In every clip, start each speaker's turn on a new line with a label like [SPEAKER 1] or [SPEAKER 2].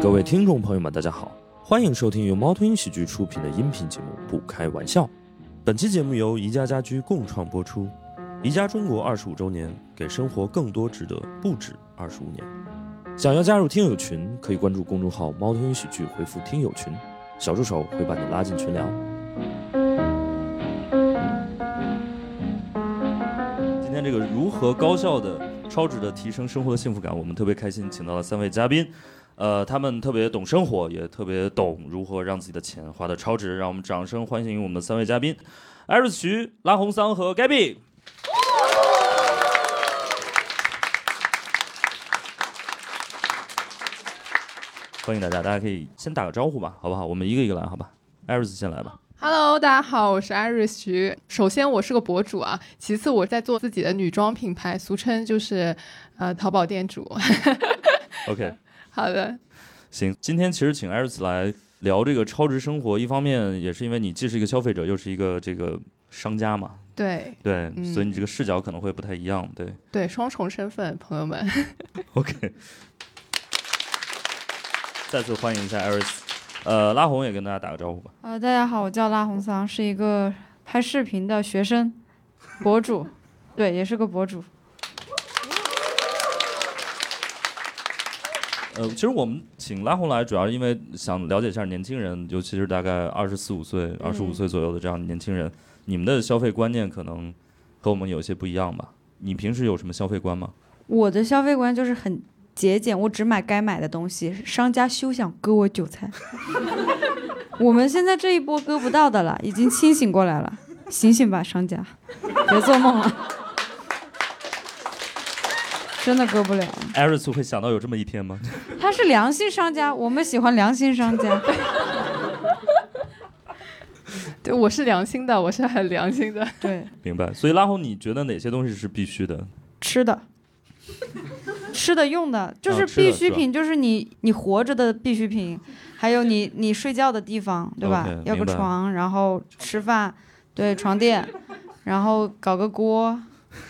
[SPEAKER 1] 各位听众朋友们，大家好，欢迎收听由猫头鹰喜剧出品的音频节目《不开玩笑》。本期节目由宜家家居共创播出。宜家中国二十五周年，给生活更多值得，不止二十五年。想要加入听友群，可以关注公众号“猫头鹰喜剧”，回复“听友群”，小助手会把你拉进群聊。今天这个如何高效的、超值的提升生活的幸福感，我们特别开心，请到了三位嘉宾。呃，他们特别懂生活，也特别懂如何让自己的钱花的超值。让我们掌声欢迎我们的三位嘉宾：艾瑞斯徐、拉红桑和 Gabby。欢迎大家，大家可以先打个招呼吧，好不好？我们一个一个来，好吧？艾瑞斯先来吧。
[SPEAKER 2] Hello，大家好，我是 Iris 徐。首先，我是个博主啊，其次我在做自己的女装品牌，俗称就是呃淘宝店主。
[SPEAKER 1] OK，
[SPEAKER 2] 好的，
[SPEAKER 1] 行，今天其实请艾瑞斯来聊这个超值生活，一方面也是因为你既是一个消费者，又是一个这个商家嘛，
[SPEAKER 2] 对
[SPEAKER 1] 对，
[SPEAKER 2] 嗯
[SPEAKER 1] 所以你这个视角可能会不太一样，对。
[SPEAKER 2] 对，双重身份，朋友们。
[SPEAKER 1] OK，再次欢迎一下 Iris，呃，拉红也跟大家打个招呼吧。
[SPEAKER 3] 啊、大家好，我叫拉红桑，是一个拍视频的学生博主， 对，也是个博主。
[SPEAKER 1] 呃，其实我们请拉红来，主要是因为想了解一下年轻人，尤其是大概二十四五岁、二十五岁左右的这样的年轻人，你们的消费观念可能和我们有些不一样吧？你平时有什么消费观吗？
[SPEAKER 3] 我的消费观就是很节俭，我只买该买的东西，商家休想割我韭菜。我们现在这一波割不到的了，已经清醒过来了，醒醒吧，商家，别做梦了，真的割不了。
[SPEAKER 1] 艾瑞斯会想到有这么一天吗？
[SPEAKER 3] 他是良心商家，我们喜欢良心商家。
[SPEAKER 2] 对，我是良心的，我是很良心的。
[SPEAKER 3] 对，
[SPEAKER 1] 明白。所以拉红，你觉得哪些东西是必须的？
[SPEAKER 3] 吃的，吃的用的，就
[SPEAKER 1] 啊
[SPEAKER 3] 是
[SPEAKER 1] 吃的
[SPEAKER 3] 必需品，就是你你活着的必需品，还有你你睡觉的地方，对吧
[SPEAKER 1] OK，
[SPEAKER 3] 要个
[SPEAKER 1] 明白
[SPEAKER 3] 床，然后吃饭，对，床垫，然后搞个锅，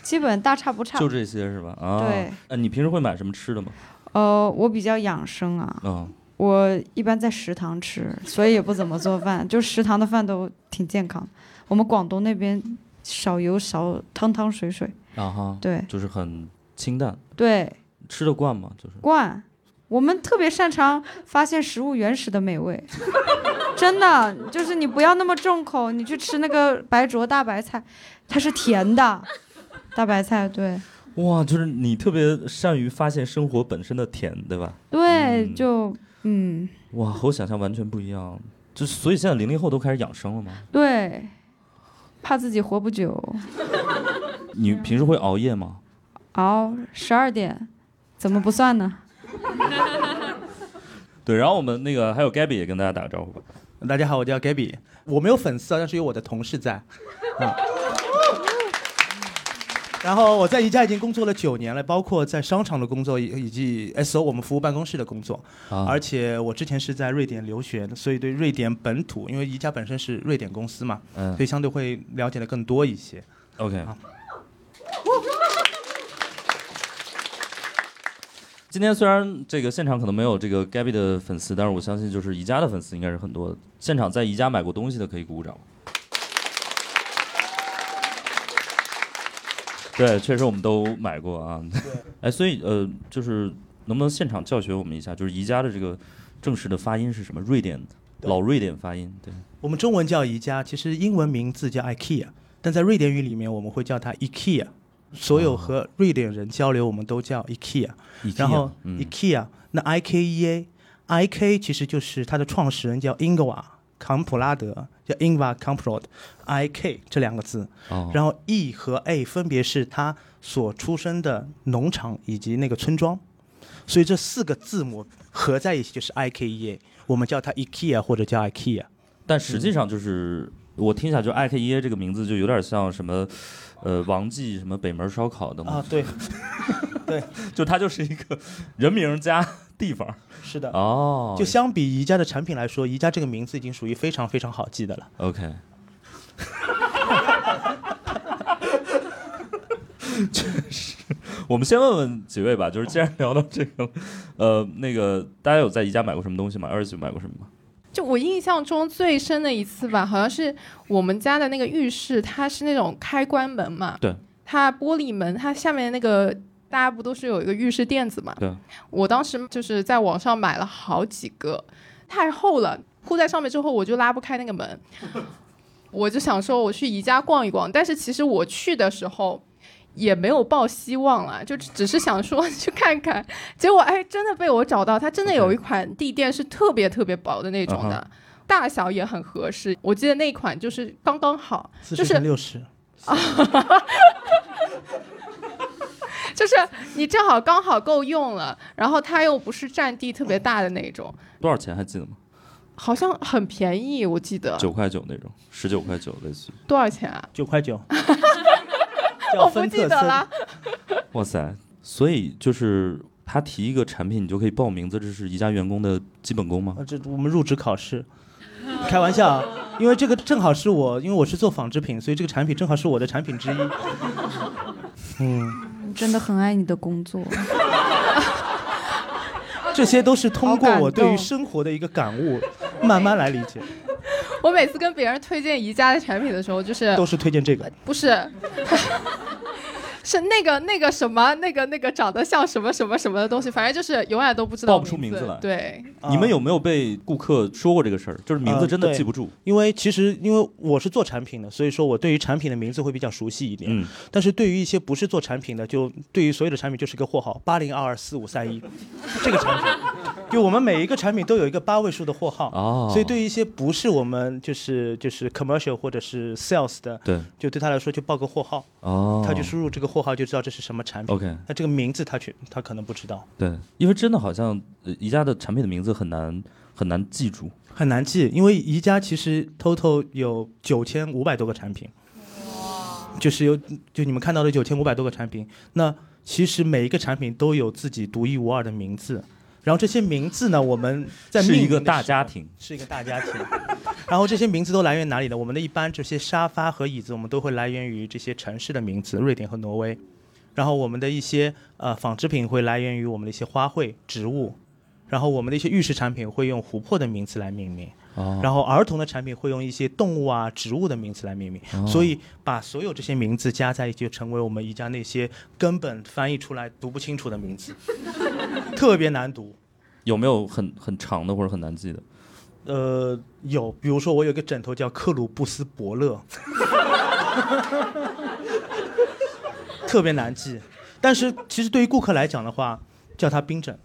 [SPEAKER 3] 基本大差不差
[SPEAKER 1] 就。这些是吧？啊，
[SPEAKER 3] 对。
[SPEAKER 1] 呃，你平时会买什么吃的吗？
[SPEAKER 3] 呃，我比较养生啊，
[SPEAKER 1] 嗯，
[SPEAKER 3] 我一般在食堂吃，所以也不怎么做饭，就食堂的饭都挺健康。我们广东那边少油少汤汤水水，
[SPEAKER 1] 啊哈，
[SPEAKER 3] 对
[SPEAKER 1] 就是很清淡，
[SPEAKER 3] 对，
[SPEAKER 1] 吃得惯吗？就是。
[SPEAKER 3] 惯。我们特别擅长发现食物原始的美味， 真的就是你不要那么重口，你去吃那个白灼大白菜，它是甜的，大白菜对
[SPEAKER 1] 哇，就是你特别善于发现生活本身的甜，对吧？
[SPEAKER 3] 对、
[SPEAKER 1] 嗯
[SPEAKER 3] 就嗯
[SPEAKER 1] 哇，和我想象完全不一样。就所以现在零零后都开始养生了吗？
[SPEAKER 3] 对，怕自己活不久，
[SPEAKER 1] 你平时会熬夜吗？
[SPEAKER 3] 熬十二点，怎么不算呢？
[SPEAKER 1] 对，然后我们那个还有 Gabby 也跟大家打个招呼吧。
[SPEAKER 4] 大家好，我叫 Gabby，我没有粉丝啊，但是有我的同事在啊。然后我在宜家已经工作了九年了，包括在商场的工作以以及 SO 我们服务办公室的工作。而且我之前是在瑞典留学，所以对瑞典本土，因为宜家本身是瑞典公司嘛，
[SPEAKER 1] 嗯
[SPEAKER 4] 所以相对会了解的更多一些。
[SPEAKER 1] ，OK
[SPEAKER 4] 好。
[SPEAKER 1] 今天虽然这个现场可能没有这个 Gabby 的粉丝，但是我相信就是宜家的粉丝应该是很多的。现场在宜家买过东西的可以鼓鼓掌。对，确实我们都买过啊。 哎，所以呃，就是能不能现场教学我们一下，就是宜家的这个正式的发音是什么？瑞典老瑞典发音，对。
[SPEAKER 4] 我们中文叫宜家，其实英文名字叫 IKEA，但在瑞典语里面我们会叫它 IKEA。所有和瑞典人交流，我们都叫 IKEA。然后
[SPEAKER 1] IKEA，嗯
[SPEAKER 4] IKEA，、那 E IKEA，IK E 其实就是它的创始人叫英格瓦康普拉德，叫 Ingvar Kamprad，IK 这两个字。
[SPEAKER 1] 哦
[SPEAKER 4] 然后 E 和 A 分别是他所出生的农场以及那个村庄，所以这四个字母合在一起就是 IKEA，我们叫它 IKEA 或者叫 E IKEA。
[SPEAKER 1] 但实际上就是我听一下，就 I K E 耶这个名字就有点像什么，呃，王记什么北门烧烤等等，
[SPEAKER 2] 哦
[SPEAKER 4] 啊，对，
[SPEAKER 1] 就它就是一个人名加地方
[SPEAKER 4] 是的。
[SPEAKER 1] 哦
[SPEAKER 4] 啊就相比宜家的产品来说，宜家这个名字已经属于非常非常好记的了。
[SPEAKER 1] 哦 OK。确实，我们先问问几位吧，就是既然聊到这个了，呃，那个大家有在宜家买过什么东西吗？二十九买过什么吗？
[SPEAKER 2] 就我印象中最深的一次吧，好像是我们家的那个浴室，它是那种开关门嘛，
[SPEAKER 5] 对，
[SPEAKER 2] 它玻璃门，它下面那个大家不都是有一个浴室垫子嘛，
[SPEAKER 5] 对，
[SPEAKER 2] 我当时就是在网上买了好几个，太厚了，铺在上面之后我就拉不开那个门， 我就想说我去宜家逛一逛，但是其实我去的时候。也没有抱希望啦，就只是想说去看看，结果哎，真的被我找到，它真的有一款地垫是特别特别薄的那种的
[SPEAKER 1] 啊
[SPEAKER 2] 大小也很合适。我记得那款就是刚刚好，
[SPEAKER 4] 四
[SPEAKER 2] 就
[SPEAKER 4] 十乘
[SPEAKER 2] 是
[SPEAKER 4] 六十，
[SPEAKER 2] 就是你正好刚好够用了，然后它又不是占地特别大的那种，
[SPEAKER 1] 多少钱还记得吗？
[SPEAKER 2] 好像很便宜，我记得
[SPEAKER 1] 九块九那种，十九块九类似于。
[SPEAKER 2] 多少钱啊？。
[SPEAKER 4] 九块九
[SPEAKER 2] 我不记得了。
[SPEAKER 1] 哇塞！所以就是他提一个产品，你就可以报名字，这是宜家员工的基本功吗？
[SPEAKER 4] 啊，这我们入职考试，开玩笑啊，因为这个正好是我，因为我是做纺织品，所以这个产品正好是我的产品之一。嗯，
[SPEAKER 3] 你真的很爱你的工作。
[SPEAKER 4] 这些都是通过
[SPEAKER 3] 好感
[SPEAKER 4] 我对于
[SPEAKER 3] 动
[SPEAKER 4] 生活的一个感悟，慢慢来理解，
[SPEAKER 2] 我每次跟别人推荐宜家的产品的时候，就是
[SPEAKER 4] 都是推荐这个。
[SPEAKER 2] 不是， 是那个那个什么那个那个长得像什么什么什么的东西，反正就是永远都不知道
[SPEAKER 1] 报不出名字来
[SPEAKER 2] 对，
[SPEAKER 1] 你们有没有被顾客说过这个事儿？就是名字真的
[SPEAKER 4] 啊呃
[SPEAKER 1] 记不住。
[SPEAKER 4] 因为其实因为我是做产品的，所以说我对于产品的名字会比较熟悉一点。
[SPEAKER 1] 嗯，
[SPEAKER 4] 但是对于一些不是做产品的，就对于所有的产品就是一个货号八零二二四五三一，这个产品，就我们每一个产品都有一个八位数的货号。
[SPEAKER 1] 哦
[SPEAKER 4] 所以对于一些不是我们就是就是 commercial 或者是 sales 的，
[SPEAKER 1] 对
[SPEAKER 4] 就对他来说就报个货号，
[SPEAKER 1] 哦，
[SPEAKER 4] 他就输入这个货号就知道这是什么产品。
[SPEAKER 1] OK
[SPEAKER 4] 那这个名字他去他可能不知道，
[SPEAKER 1] 对，因为真的好像呃宜家的产品的名字很难很难记住。
[SPEAKER 4] 很难记，因为宜家其实 total 有九千五百多个产品，就是有就你们看到的九千五百多个产品，那其实每一个产品都有自己独一无二的名字，然后这些名字呢，我们在
[SPEAKER 1] 是
[SPEAKER 4] 命
[SPEAKER 1] 一
[SPEAKER 4] 名
[SPEAKER 1] 个
[SPEAKER 4] 的
[SPEAKER 1] 大
[SPEAKER 4] 时候
[SPEAKER 1] 家庭，
[SPEAKER 4] 是一个大家庭。 然后这些名字都来源哪里呢？我们的一般这些沙发和椅子，我们都会来源于这些城市的名字，瑞典和挪威。然后我们的一些呃纺织品会来源于我们的一些花卉、植物。然后我们的一些浴室产品会用琥珀的名字来命名。
[SPEAKER 1] 哦
[SPEAKER 4] 然后儿童的产品会用一些动物啊、植物的名字来命名。
[SPEAKER 1] 哦
[SPEAKER 4] 所以把所有这些名字加在一起，就成为我们宜家那些根本翻译出来读不清楚的名字， 特别难读。
[SPEAKER 1] 有没有很很长的或者很难记的？
[SPEAKER 4] 呃，有，比如说我有一个枕头叫克鲁布斯伯勒， 特别难记。但是其实对于顾客来讲的话，叫它冰枕，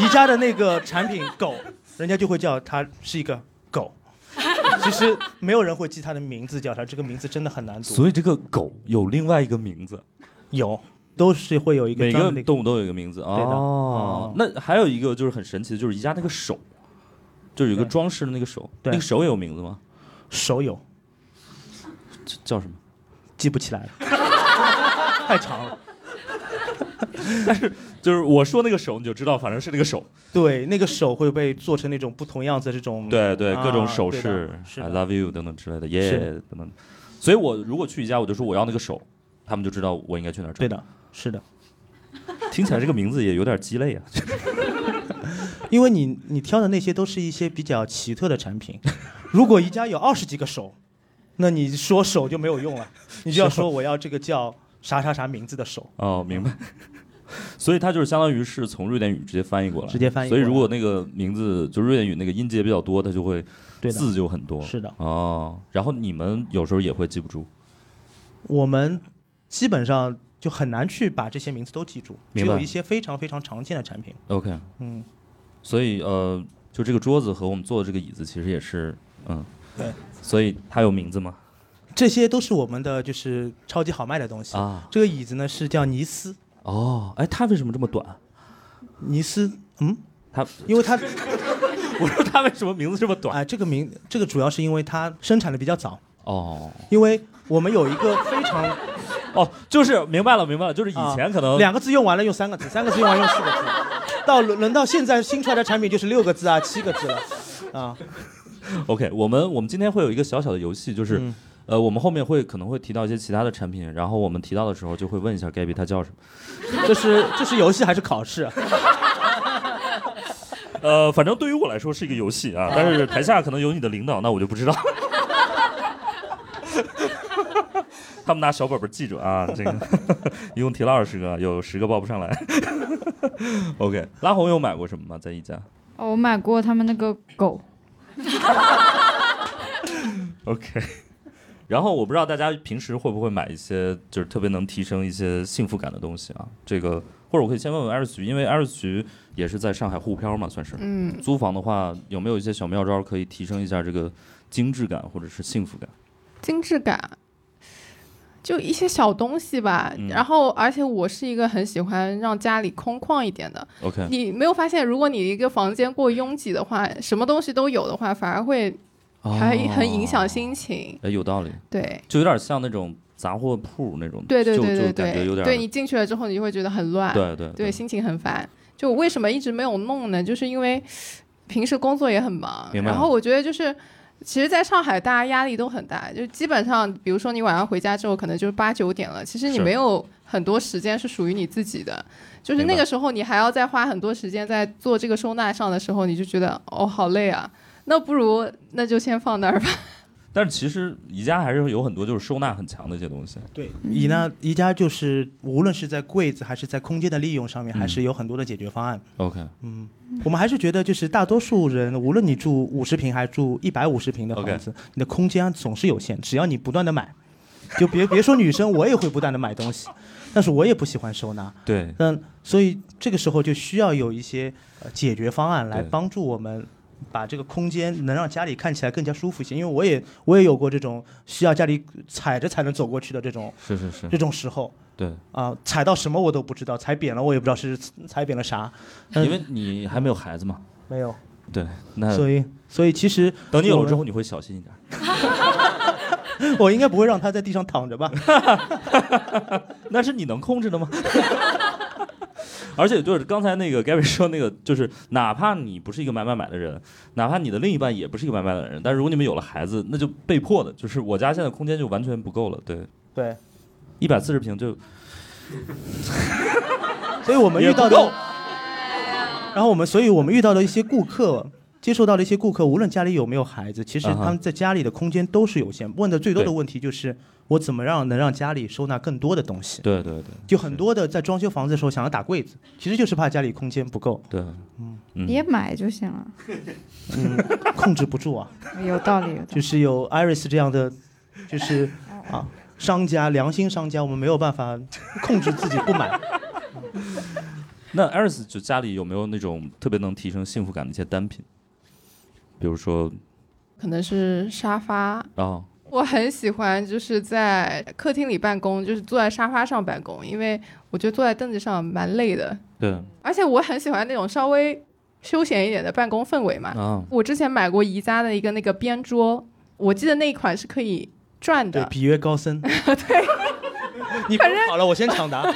[SPEAKER 4] 宜家的那个产品狗，人家就会叫它是一个狗。其实没有人会记它的名字叫啥，这个名字真的很难读。
[SPEAKER 1] 所以这个狗有另外一个名字，
[SPEAKER 4] 有，都是会有一个
[SPEAKER 1] 每
[SPEAKER 4] 专门
[SPEAKER 1] 个
[SPEAKER 4] 的
[SPEAKER 1] 动物都有一个名字。
[SPEAKER 4] 的
[SPEAKER 1] 哦
[SPEAKER 4] 哦，
[SPEAKER 1] 那还有一个就是很神奇的，就是宜家那个手，就是有一个
[SPEAKER 4] 对
[SPEAKER 1] 装饰的那个手，那
[SPEAKER 4] 对
[SPEAKER 1] 个手也有名字吗？
[SPEAKER 4] 手有，
[SPEAKER 1] 这叫什么？
[SPEAKER 4] 记不起来了， 太长了。
[SPEAKER 1] 就是我说那个手，你就知道，反正是那个手。
[SPEAKER 4] 对，那个手会被做成那种不同样子的这种，
[SPEAKER 1] 对对，
[SPEAKER 4] 啊
[SPEAKER 1] 各种手
[SPEAKER 4] 对
[SPEAKER 1] 势
[SPEAKER 4] 的是
[SPEAKER 1] ，I
[SPEAKER 4] 的
[SPEAKER 1] love you 等等之类的，耶
[SPEAKER 4] 是
[SPEAKER 1] 等等。所以我如果去宜家，我就说我要那个手，他们就知道我应该去哪儿找
[SPEAKER 4] 对。的，是的，
[SPEAKER 1] 听起来这个名字也有点鸡 肋啊。
[SPEAKER 4] 因为你你挑的那些都是一些比较奇特的产品，如果宜家有二十几个手，那你说手就没有用了，你就要说我要这个叫啥啥啥名字的手，
[SPEAKER 1] 哦，明白。所以它就是相当于是从瑞典语直接翻译过来，
[SPEAKER 4] 直接翻译
[SPEAKER 1] 所以
[SPEAKER 4] 过
[SPEAKER 1] 如
[SPEAKER 4] 来
[SPEAKER 1] 果那个名字就瑞典语那个音节比较多，它就会
[SPEAKER 4] 对的，
[SPEAKER 1] 字就很多。
[SPEAKER 4] 是的，
[SPEAKER 1] 哦，然后你们有时候也会记不住，
[SPEAKER 4] 我们基本上就很难去把这些名字都记住，只
[SPEAKER 1] 明白
[SPEAKER 4] 有一些非常非常常见的产品，
[SPEAKER 1] OK，
[SPEAKER 4] 嗯，
[SPEAKER 1] 所以呃，就这个桌子和我们坐的这个椅子其实也是，嗯，
[SPEAKER 4] 对，
[SPEAKER 1] 所以它有名字吗？
[SPEAKER 4] 这些都是我们的就是超级好卖的东西。
[SPEAKER 1] 啊，
[SPEAKER 4] 这个椅子呢是叫尼斯，
[SPEAKER 1] 哦，哎，它为什么这么短？
[SPEAKER 4] 尼斯，嗯，
[SPEAKER 1] 它，
[SPEAKER 4] 因为它
[SPEAKER 1] 我说它为什么名字这么
[SPEAKER 4] 啊、
[SPEAKER 1] 短？
[SPEAKER 4] 这个名这个主要是因为它生产的比较早，
[SPEAKER 1] 哦，
[SPEAKER 4] 因为我们有一个非常
[SPEAKER 1] 哦，就是明白了，明白了，就是以前可能、
[SPEAKER 4] 啊两个字用完了用三个字，三个字用完用四个字，到轮轮到现在新出来的产品就是六个字啊、七个字了，啊，
[SPEAKER 1] OK，我们我们今天会有一个小小的游戏，就是、
[SPEAKER 4] 嗯
[SPEAKER 1] 呃，我们后面会可能会提到一些其他的产品，然后我们提到的时候就会问一下 Gaby 它叫什么。
[SPEAKER 4] 这是这是游戏还是考试？啊
[SPEAKER 5] 呃，反正对于我来说是一个游戏啊，但是台下可能有你的领导，那我就不知道。他们拿小本本记着啊，这个一共提了二十个，有十个报不上来。OK，
[SPEAKER 1] 拉红有买过什么吗？在宜家
[SPEAKER 3] 哦，我买过他们那个狗，
[SPEAKER 1] ？OK。然后我不知道大家平时会不会买一些就是特别能提升一些幸福感的东西啊？这个或者我可以先问问艾瑞徐，因为艾瑞徐也是在上海沪漂嘛，算是。
[SPEAKER 2] 嗯，
[SPEAKER 1] 租房的话，有没有一些小妙招可以提升一下这个精致感或者是幸福感？
[SPEAKER 2] 精致感，就一些小东西吧。
[SPEAKER 1] 嗯
[SPEAKER 2] 然后，而且我是一个很喜欢让家里空旷一点的。
[SPEAKER 1] OK，
[SPEAKER 2] 你没有发现，如果你一个房间过拥挤的话，什么东西都有的话，反而会还很影响心情。
[SPEAKER 1] 哦哎，有道理，
[SPEAKER 2] 对。
[SPEAKER 1] 就有点像那种杂货铺那种，
[SPEAKER 2] 对对对
[SPEAKER 1] 就就
[SPEAKER 2] 对
[SPEAKER 1] 感觉有点
[SPEAKER 2] 对，对你进去了之后，你就会觉得很乱，
[SPEAKER 1] 对对
[SPEAKER 2] 对，心情很烦。就为什么一直没有弄呢？就是因为平时工作也很忙，
[SPEAKER 1] 明白
[SPEAKER 2] 然后我觉得就是。其实，在上海，大家压力都很大，就基本上，比如说你晚上回家之后，可能就是八九点了。其实你
[SPEAKER 1] 是
[SPEAKER 2] 没有很多时间是属于你自己的，就是
[SPEAKER 1] 明白
[SPEAKER 2] 那个时候你还要再花很多时间在做这个收纳上的时候，你就觉得哦，好累啊。那不如那就先放那儿吧。
[SPEAKER 1] 但是其实宜家还是有很多就是收纳很强的一些东西。
[SPEAKER 2] 嗯
[SPEAKER 4] 对，宜呢宜家就是无论是在柜子还是在空间的利用上面，还是有很多的解决方案。
[SPEAKER 1] OK
[SPEAKER 4] 嗯，我们还是觉得就是大多数人，无论你住五十平还是住一百五十平的
[SPEAKER 1] OK
[SPEAKER 4] 房子你的空间总是有限，只要你不断的买，就别别说女生，我也会不断的买东西，但是我也不喜欢收纳。
[SPEAKER 1] 对，
[SPEAKER 4] 嗯，所以这个时候就需要有一些呃解决方案来
[SPEAKER 1] 对
[SPEAKER 4] 帮助我们把这个空间能让家里看起来更加舒服一些。因为我也我也有过这种需要家里踩着才能走过去的这种
[SPEAKER 1] 是是是
[SPEAKER 4] 这，种时候
[SPEAKER 1] 对，
[SPEAKER 4] 啊、踩到什么我都不知道，踩扁了我也不知道是踩扁了啥，嗯
[SPEAKER 1] 因为你还没有孩子嘛，
[SPEAKER 4] 没有。
[SPEAKER 1] 对，那
[SPEAKER 4] 所以 所以其实
[SPEAKER 1] 等你有了之
[SPEAKER 4] 后，
[SPEAKER 1] 后你会小心一点。
[SPEAKER 4] 我应该不会让他在地上躺着吧？
[SPEAKER 1] 那是你能控制的吗？ 而且就是刚才那个 Gary 说那个，就是哪怕你不是一个买买买的人，哪怕你的另一半也不是一个买买买的人，但如果你们有了孩子，那就被迫的，就是我家现在空间就完全不够了，对，
[SPEAKER 4] 对，
[SPEAKER 1] 一百四十平就
[SPEAKER 4] 所以我们遇到的，然后我们所以我们遇到的一些顾客。接受到的一些顾客，无论家里有没有孩子，其实
[SPEAKER 1] 啊哈
[SPEAKER 4] 他们在家里的空间都是有限。问的最多的
[SPEAKER 1] 对
[SPEAKER 4] 问题就是，我怎么让能让家里收纳更多的东西？
[SPEAKER 1] 对对对
[SPEAKER 4] 就很多的在装修房子的时候想要打柜子，其实就是怕家里空间不够，
[SPEAKER 1] 对，嗯
[SPEAKER 3] 别买就行了，
[SPEAKER 4] 嗯，控制不 住啊。
[SPEAKER 3] 有道理，有道理。
[SPEAKER 4] 就是有 Iris 这样的，就是啊，商家良心商家，我们没有办法控制自己不买。
[SPEAKER 1] 那 Iris 就家里有没有那种特别能提升幸福感的一些单品？比如说
[SPEAKER 2] 可能是沙发，
[SPEAKER 1] 啊、
[SPEAKER 2] 我很喜欢就是在客厅里办公，就是坐在沙发上办公，因为我觉得坐在凳子上蛮累的，
[SPEAKER 1] 对
[SPEAKER 2] 而且我很喜欢那种稍微休闲一点的办公氛围嘛。
[SPEAKER 1] 啊，
[SPEAKER 2] 我之前买过宜家的一个那个边桌，我记得那一款是可以转
[SPEAKER 4] 对，
[SPEAKER 2] 的，
[SPEAKER 4] 比约高僧。对，你好了，我先抢答。啊，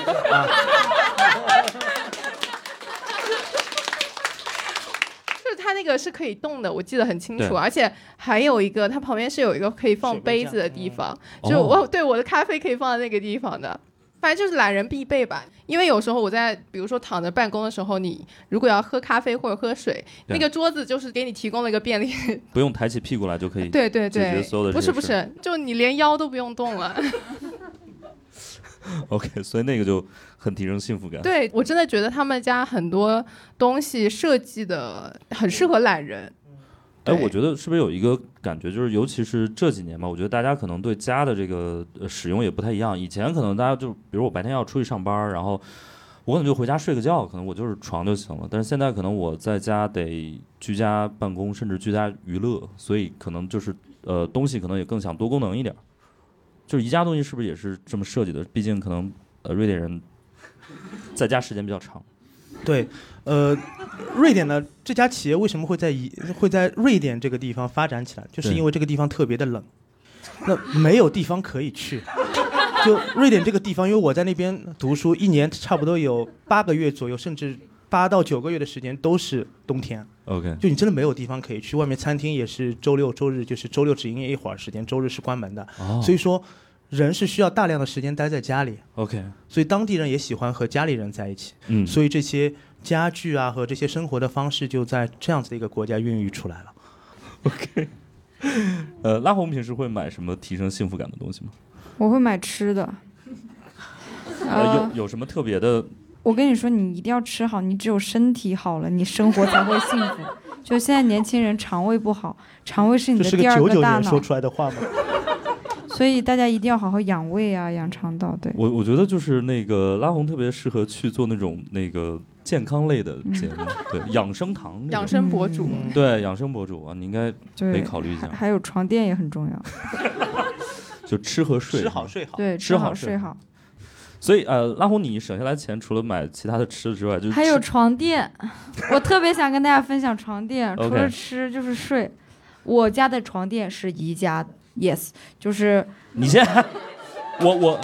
[SPEAKER 2] 就是它那个是可以动的，我记得很清楚，
[SPEAKER 1] 对
[SPEAKER 2] 而且还有一个它旁边是有一个可以放
[SPEAKER 4] 水杯
[SPEAKER 2] 杯子的地
[SPEAKER 4] 架嗯
[SPEAKER 2] 方，
[SPEAKER 1] 哦
[SPEAKER 2] 就我、对我的咖啡可以放在那个地方的。反正就是懒人必备吧，因为有时候我在比如说躺着办公的时候，你如果要喝咖啡或者喝水，
[SPEAKER 1] 对
[SPEAKER 2] 那个桌子就是给你提供了一个 便利。
[SPEAKER 1] 不用抬起屁股来就可以。
[SPEAKER 2] 对对
[SPEAKER 1] 解决
[SPEAKER 2] 对，
[SPEAKER 1] 所有的这
[SPEAKER 2] 不
[SPEAKER 1] 些
[SPEAKER 2] 是不
[SPEAKER 1] 事
[SPEAKER 2] 是，就你连腰都不用动 了。
[SPEAKER 1] OK，所以那个就很提升幸福感。
[SPEAKER 2] 对我真的觉得他们家很多东西设计的很适合懒人。
[SPEAKER 1] 哎，
[SPEAKER 2] 对
[SPEAKER 1] 我觉得是不是有一个感觉，就是尤其是这几年吧，我觉得大家可能对家的这个呃使用也不太一样。以前可能大家就，比如我白天要出去上班儿，然后我可能就回家睡个觉，可能我就是床就行了。但是现在可能我在家得居家办公，甚至居家娱乐，所以可能就是呃东西可能也更想多功能一点儿。就是宜家东西是不是也是这么设计的？毕竟可能呃瑞典人在家时间比较长。
[SPEAKER 4] 对，呃，瑞典呢，这家企业为什么会在以会在瑞典这个地方发展起来，就是
[SPEAKER 1] 对
[SPEAKER 4] 因为这个地方特别的冷，那没有地方可以去。就瑞典这个地方，因为我在那边读书，一年差不多有八个月左右，甚至。八到九个月的时间都是冬天，
[SPEAKER 1] OK，
[SPEAKER 4] 就你真的没有地方可以去，外面餐厅也是周六周日，就是周六只营业一会儿时间，周日是关门的，
[SPEAKER 1] 哦
[SPEAKER 4] 所以说人是需要大量的时间待在家里，
[SPEAKER 1] OK，
[SPEAKER 4] 所以当地人也喜欢和家里人在一起，
[SPEAKER 1] 嗯，
[SPEAKER 4] 所以这些家具啊和这些生活的方式就在这样子的一个国家孕育出来了。
[SPEAKER 1] 呃，拉红平时会买什么提升幸福感的东西吗？
[SPEAKER 3] 我会买吃的。
[SPEAKER 1] 呃，
[SPEAKER 3] 呃
[SPEAKER 1] 有有什么特别的？
[SPEAKER 3] 我跟你说，你一定要吃好，你只有身体好了，你生活才会幸福。就现在年轻人肠胃不好，肠胃是你
[SPEAKER 4] 这
[SPEAKER 3] 的
[SPEAKER 4] 是
[SPEAKER 3] 第二
[SPEAKER 4] 九九
[SPEAKER 3] 大
[SPEAKER 4] 年
[SPEAKER 3] 脑
[SPEAKER 4] 说，出来的话吗？
[SPEAKER 3] 所以大家一定要好好养胃啊，养肠道。对，
[SPEAKER 1] 我我觉得就是那个拉红特别适合去做那种那个健康类的节目，对，养生堂那种，
[SPEAKER 2] 养生博主，
[SPEAKER 4] 嗯
[SPEAKER 1] 对养生博主啊，你应该得
[SPEAKER 3] 对，
[SPEAKER 1] 考虑一
[SPEAKER 3] 还
[SPEAKER 1] 下，
[SPEAKER 3] 还有床垫也很重要。
[SPEAKER 1] 就吃和睡，
[SPEAKER 4] 吃好。睡好。
[SPEAKER 3] 对，
[SPEAKER 1] 吃
[SPEAKER 3] 吃
[SPEAKER 1] 好
[SPEAKER 3] 好
[SPEAKER 1] 睡
[SPEAKER 3] 睡
[SPEAKER 1] 好
[SPEAKER 3] 好，
[SPEAKER 1] 所以呃，拉红你省下来钱，除了买其他的吃的之外，就是
[SPEAKER 3] 还有
[SPEAKER 1] 吃
[SPEAKER 3] 床垫。我特别想跟大家分享床垫，除
[SPEAKER 1] OK
[SPEAKER 3] 了吃就是睡。我家的床垫是宜家的，yes，就是
[SPEAKER 1] 你先，我我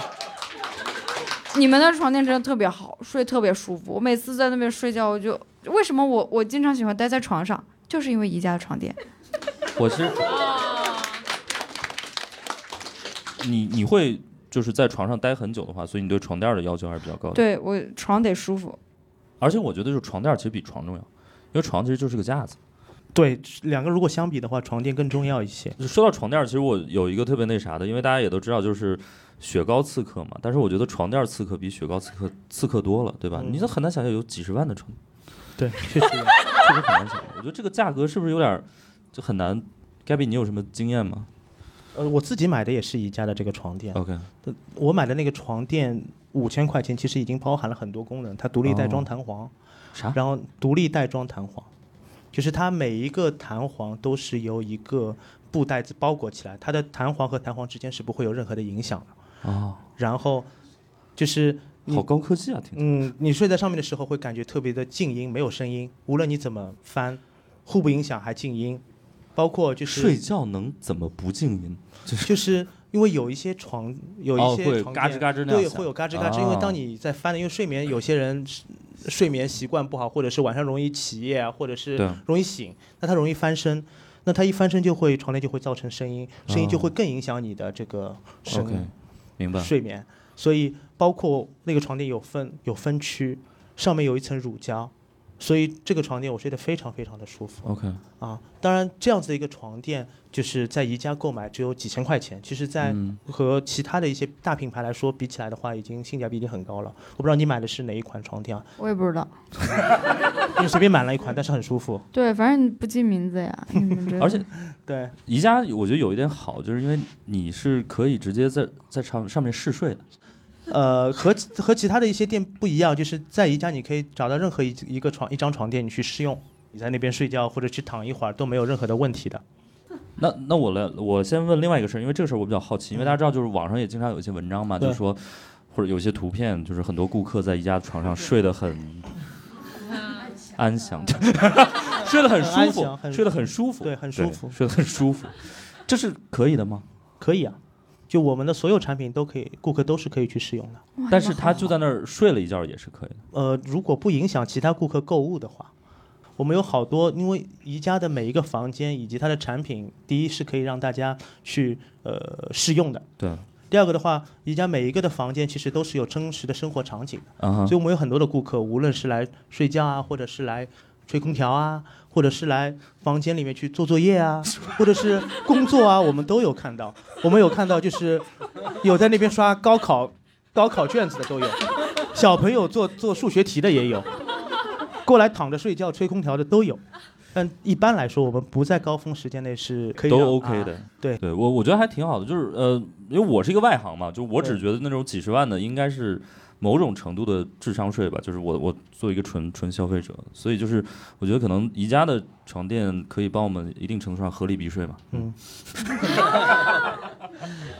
[SPEAKER 3] 你们的床垫真的特别好，睡特别舒服。我每次在那边睡觉，我就为什么我我经常喜欢待在床上，就是因为宜家的床垫。
[SPEAKER 1] 我是你你会就是在床上待很久的话，所以你对床垫的要求还是比较高的。，
[SPEAKER 3] 对我床得舒服，
[SPEAKER 1] 而且我觉得就是床垫其实比床重要，因为床其实就是个架子。
[SPEAKER 4] 对，两个如果相比的话，床垫更重要一些。
[SPEAKER 1] 就说到床垫，其实我有一个特别那啥的，因为大家也都知道，就是雪糕刺客嘛。但是我觉得床垫刺客比雪糕刺客刺客多了，对吧？
[SPEAKER 4] 嗯
[SPEAKER 1] 你都很难想象有几十万的床，
[SPEAKER 4] 对，确实。
[SPEAKER 1] 这个很难想象。我觉得这个价格是不是有点儿就很难？Gabby，你有什么经验吗
[SPEAKER 4] 呃，我自己买的也是宜家的这个床垫，
[SPEAKER 1] ？OK，
[SPEAKER 4] 我买的那个床垫五千块钱，其实已经包含了很多功能，它独立带
[SPEAKER 1] 哦
[SPEAKER 4] 装弹簧，
[SPEAKER 1] 啥
[SPEAKER 4] 然后独立带装弹簧，就是它每一个弹簧都是由一个布袋子包裹起来，它的弹簧和弹簧之间是不会有任何的影响的。
[SPEAKER 1] 哦，
[SPEAKER 4] 然后就是你
[SPEAKER 1] 好高科技啊，听着。
[SPEAKER 4] 嗯，你睡在上面的时候会感觉特别的静音，没有声音，无论你怎么翻，互不影响还静音，包括就是
[SPEAKER 1] 睡觉能怎么不静音？
[SPEAKER 4] 就是因为有一些床有
[SPEAKER 1] 哦
[SPEAKER 4] 一些
[SPEAKER 1] 会
[SPEAKER 4] 床
[SPEAKER 1] 嘎吱
[SPEAKER 4] 垫
[SPEAKER 1] 嘎吱那
[SPEAKER 4] 对，
[SPEAKER 1] 样响
[SPEAKER 4] 会有嘎吱嘎吱，因为
[SPEAKER 1] 啊
[SPEAKER 4] 当你在翻的，因为睡眠有些人是睡眠习惯不好，或者是晚上容易起夜啊，或者
[SPEAKER 1] 对
[SPEAKER 4] 是容易醒，那他容易翻身。那他一翻身就会床垫就会造成声音，声音就会更影响你的这个声
[SPEAKER 1] 哦 OK，明白。
[SPEAKER 4] 睡眠。所以包括那个床垫有分有分区，上面有一层乳胶，所以这个床垫我睡得非常非常的舒服
[SPEAKER 1] OK，
[SPEAKER 4] 啊。当然，这样子的一个床垫就是在宜家购买只有几千块钱，其实在
[SPEAKER 1] 嗯
[SPEAKER 4] 和其他的一些大品牌来说比起来的话，已经性价比已经很高了。我不知道你买的是哪一款床垫啊？
[SPEAKER 3] 我也不知道。
[SPEAKER 4] 因为随便买了一款，但是很舒 服。
[SPEAKER 3] 对，反正你不记名字呀，你们 这
[SPEAKER 1] 而且
[SPEAKER 4] 对，
[SPEAKER 1] 宜家我觉得有一点好，就是因为你是可以直接在在上上面试睡的。
[SPEAKER 4] 呃，和和其他的一些店不一样，就是在宜家你可以找到任何一一个床一张床垫，你去试用，你在那边睡觉或者去躺一会儿都没有任何的问题的。
[SPEAKER 1] 那那我来，我先问另外一个事儿，因为这个事儿我比较好奇，因为大家知道，就是网上也经常有一些文章嘛，
[SPEAKER 4] 对
[SPEAKER 1] 就是说或者有一些图片，就是很多顾客在宜家床上睡得很安详， 睡得很
[SPEAKER 4] 很
[SPEAKER 1] 舒
[SPEAKER 4] 安详
[SPEAKER 1] 服，
[SPEAKER 4] 很
[SPEAKER 1] 睡得很舒服，
[SPEAKER 4] 对很舒服
[SPEAKER 1] 睡得很舒服，这是可以的吗？
[SPEAKER 4] 可以啊，就我们的所有产品都可以，顾客都是可以去试用的。
[SPEAKER 1] 但是他就在那儿睡了一觉也是可以的。
[SPEAKER 4] 呃，如果不影响其他顾客购物的话，我们有好多，因为宜家的每一个房间以及它的产品，第一是可以让大家去呃试用的。
[SPEAKER 1] 对。
[SPEAKER 4] 第二个的话，宜家每一个的房间其实都是有真实的生活场景的，
[SPEAKER 1] 啊哈
[SPEAKER 4] 所以我们有很多的顾客，无论是来睡觉啊，或者是来吹空调啊，或者是来房间里面去做作业啊， 或者是工作啊，我们都有看到。我们有看到就是有在那边刷高考高考卷子的都有，小朋友做做数学题的也有，过来躺着睡觉吹空调的都有。但一般来说，我们不在高峰时间内是可以让
[SPEAKER 1] 都 OK 的。
[SPEAKER 4] 啊对
[SPEAKER 1] 对我我觉得还挺好的，就是呃，因为我是一个外行嘛，就我只
[SPEAKER 4] 对
[SPEAKER 1] 觉得那种几十万的应该是某种程度的智商税吧，就是我我作为一个纯纯消费者，所以就是我觉得可能宜家的床垫可以帮我们一定程度上合理避税嘛。
[SPEAKER 4] 嗯，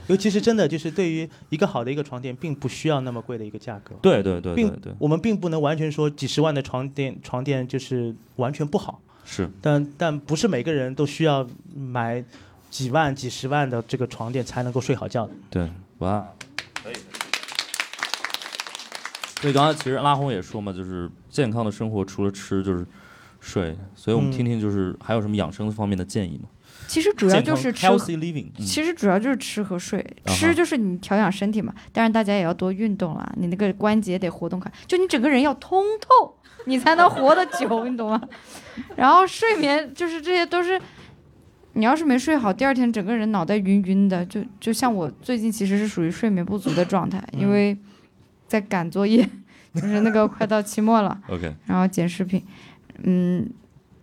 [SPEAKER 4] 尤其是真的就是对于一个好的一个床垫，并不需要那么贵的一个价格。
[SPEAKER 1] 对对对对
[SPEAKER 4] 并
[SPEAKER 1] 对，
[SPEAKER 4] 我们并不能完全说几十万的床垫床垫就是完全不好，
[SPEAKER 1] 是
[SPEAKER 4] 但但不是每个人都需要买几万几十万的这个床垫才能够睡好觉的。
[SPEAKER 1] 对哇。所以刚才其实拉红也说嘛，就是健康的生活除了吃就是睡，所以我们
[SPEAKER 4] 嗯
[SPEAKER 1] 听听就是还有什么养生方面的建议吗？
[SPEAKER 3] 其实主要就是
[SPEAKER 1] 健
[SPEAKER 3] 吃
[SPEAKER 1] 康
[SPEAKER 3] 喝
[SPEAKER 1] healthy living，嗯
[SPEAKER 3] 其实主要就是吃和睡，
[SPEAKER 1] 啊哈
[SPEAKER 3] 吃就是你调养身体嘛，当然大家也要多运动啦，你那个关节得活动开，就你整个人要通透，你才能活得久，你懂 吗？然后睡眠就是这些都是，你要是没睡好，第二天整个人脑袋晕晕的，就就像我最近其实是属于睡眠不足的状
[SPEAKER 1] 嗯
[SPEAKER 3] 态，因为在赶作业，就是那个快到期 末了，
[SPEAKER 1] OK，
[SPEAKER 3] 然后剪视频，嗯，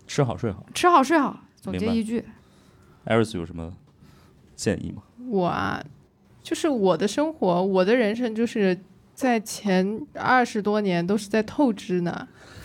[SPEAKER 1] 吃好睡好。
[SPEAKER 3] 吃好睡好，总
[SPEAKER 1] 明
[SPEAKER 3] 结
[SPEAKER 1] 白
[SPEAKER 3] 一句，
[SPEAKER 1] 艾瑞斯有什么建议吗？
[SPEAKER 2] 我啊，就是我的生活，我的人生就是在前二十多年都是在透支呢，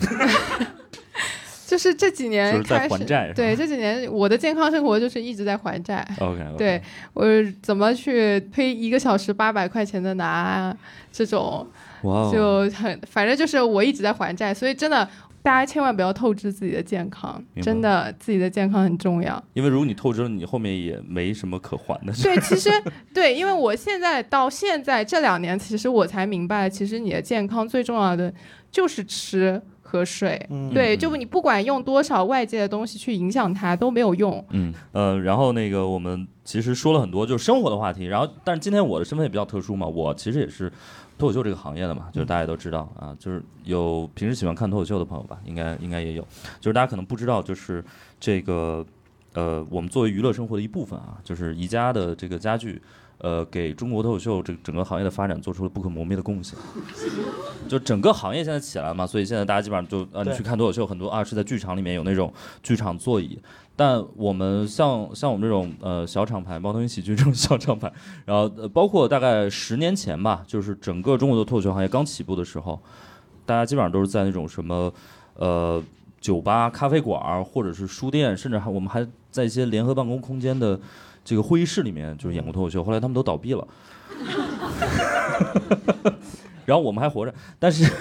[SPEAKER 2] 就是这几
[SPEAKER 1] 就
[SPEAKER 2] 年
[SPEAKER 1] 是在
[SPEAKER 2] 哎开始，
[SPEAKER 1] 还债是吧
[SPEAKER 2] 对这几年我的健康生活就是一直在还债。
[SPEAKER 1] OK，, o k
[SPEAKER 2] 对，我怎么去推一个小时八百块钱的拿啊这种，
[SPEAKER 1] 哇哦，
[SPEAKER 2] 就很，反正就是我一直在还债，所以真的大家千万不要透支自己的健康
[SPEAKER 1] 明白，
[SPEAKER 2] 真的自己的健康很重要。
[SPEAKER 1] 因为如果你透支了，你后面也没什么可还的。
[SPEAKER 2] 对，其实对，因为我现在到现在这两年，其实我才明白，其实你的健康最重要的就是吃和睡。
[SPEAKER 4] 嗯
[SPEAKER 2] 对，
[SPEAKER 1] 嗯
[SPEAKER 2] 就你不管用多少外界的东西去影响它都没有用。
[SPEAKER 1] 嗯，呃，然后那个我们其实说了很多就是生活的话题，然后但是今天我的身份也比较特殊嘛，我其实也是脱口秀这个行业的嘛，就是大家也都知道啊，就是有平时喜欢看脱口秀的朋友吧，应该应该也有，就是大家可能不知道，就是这个呃，我们作为娱乐生活的一部分啊，就是宜家的这个家具。呃，给中国脱口秀这个整个行业的发展做出了不可磨灭的贡献。就整个行业现在起来了嘛，所以现在大家基本上就啊，你
[SPEAKER 4] 对
[SPEAKER 1] 去看脱口秀，很多啊是在剧场里面有那种剧场座椅，但我们像像我们这种呃小厂牌，猫头鹰喜剧这种小厂牌， 然后、呃、包括大概十年前吧，就是整个中国的脱口秀行业刚起步的时候，大家基本上都是在那种什么呃酒吧、咖啡馆儿，或者是书店，甚至还我们还在一些联合办公空间的这个会议室里面就是演过脱口秀，后来他们都倒闭了， 然后我们还活着，但是。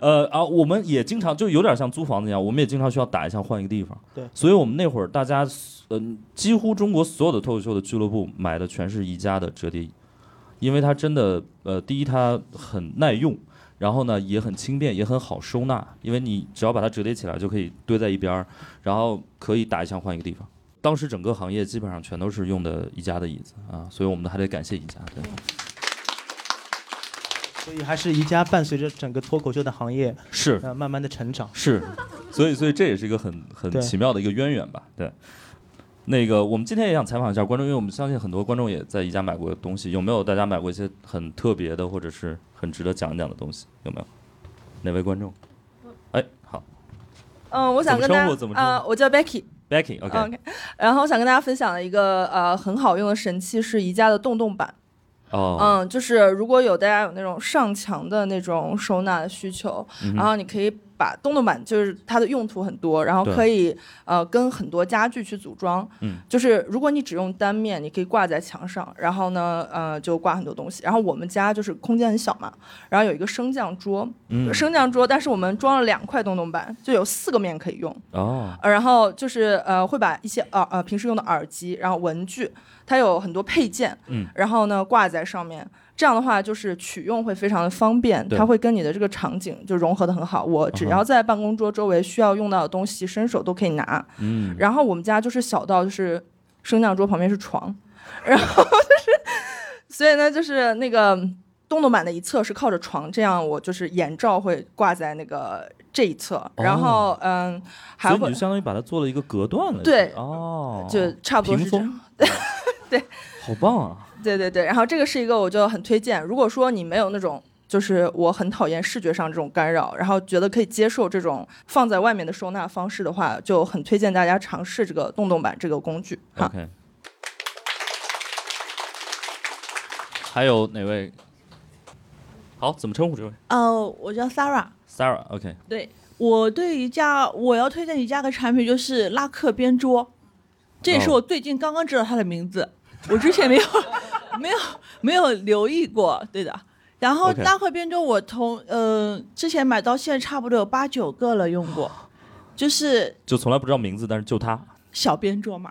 [SPEAKER 1] 呃啊，我们也经常就有点像租房子一样，我们也经常需要打一下换一个地方。
[SPEAKER 4] 对
[SPEAKER 1] 所以我们那会儿大家，嗯、几乎中国所有的脱口秀的俱乐部买的全是宜家的折叠椅，因为它真的，呃，第一它很耐用，然后呢也很轻便，也很好收纳，因为你只要把它折叠起来就可以堆在一边儿，然后可以打一枪换一个地方。当时整个行业基本上全都是用的宜家的椅子啊，所以我们还得感谢宜家。对，
[SPEAKER 4] 所以还是宜家伴随着整个脱口秀的行业，
[SPEAKER 1] 是
[SPEAKER 4] 呃，慢慢的成长。
[SPEAKER 1] 是，所以所以这也是一个很很
[SPEAKER 4] 对
[SPEAKER 1] 奇妙的一个渊源吧。对，那个我们今天也想采访一下观众，因为我们相信很多观众也在宜家买过东西，有没有大家买过一些很特别的或者是很值得讲一讲的东西？有没有？哪位观众？哎，好
[SPEAKER 6] 嗯，我想跟大
[SPEAKER 1] 怎
[SPEAKER 6] 家
[SPEAKER 1] 么称呼怎么，称呼
[SPEAKER 6] 呃，我叫 Becky，
[SPEAKER 1] ，Becky，OK，、
[SPEAKER 6] 嗯，OK 然后我想跟大家分享的一个呃很好用的神器是宜家的洞洞板，
[SPEAKER 1] 哦，
[SPEAKER 6] 嗯，就是如果有大家有那种上墙的那种收纳的需求，
[SPEAKER 1] 嗯哼
[SPEAKER 6] 然后你可以把洞洞板，就是它的用途很多，然后
[SPEAKER 1] 对
[SPEAKER 6] 可以呃跟很多家具去组装。
[SPEAKER 1] 嗯，
[SPEAKER 6] 就是如果你只用单面，你可以挂在墙上，然后呢呃就挂很多东西。然后我们家就是空间很小嘛，然后有一个升降桌，
[SPEAKER 1] 嗯，
[SPEAKER 6] 升降桌，但是我们装了两块洞洞板，就有四个面可以用。
[SPEAKER 1] 哦，
[SPEAKER 6] 呃然后就是呃，会把一些耳呃平时用的耳机，然后文具，它有很多配件，
[SPEAKER 1] 嗯，
[SPEAKER 6] 然后呢挂在上面，这样的话就是取用会非常的方便，
[SPEAKER 1] 对
[SPEAKER 6] 它会跟你的这个场景就融合的很好。我只
[SPEAKER 1] 嗯哼
[SPEAKER 6] 要在办公桌周围需要用到的东西，伸手都可以拿。
[SPEAKER 1] 嗯，
[SPEAKER 6] 然后我们家就是小到就是升降桌旁边是床， 然后就是，所以呢就是那个洞洞板的一侧是靠着床，这样我就是眼罩会挂在那个这一侧，然后、嗯还
[SPEAKER 1] 哦所以
[SPEAKER 6] 会
[SPEAKER 1] 你就。相当于把它做了一个隔断了，
[SPEAKER 6] 对
[SPEAKER 1] 哦，
[SPEAKER 6] 就差不多
[SPEAKER 1] 屏
[SPEAKER 6] 是这
[SPEAKER 1] 风
[SPEAKER 6] 样。
[SPEAKER 1] 好棒啊，
[SPEAKER 6] 对对对，然后这个是一个我就很推荐，如果说你没有那种。就是我很讨厌视觉上这种干扰，然后觉得可以接受这种放在外面的收纳方式的话，就很推荐大家尝试这个洞洞板这个工具。哈，
[SPEAKER 1] OK。还有哪位？好，怎么称呼这位
[SPEAKER 7] 呃，我叫 Sarah。
[SPEAKER 1] ？Sarah，OK，、
[SPEAKER 7] 对我对宜家，我要推荐宜家个产品就是拉客边桌，这也是
[SPEAKER 1] 哦
[SPEAKER 7] 我最近刚刚知道它的名字，我之前没有 没有没有留意过。对的，然后
[SPEAKER 1] OK
[SPEAKER 7] 拉客边桌我从呃之前买到现在差不多有八九个了，用过，就是
[SPEAKER 1] 就从来不知道名字，但是就他
[SPEAKER 7] 小边桌嘛。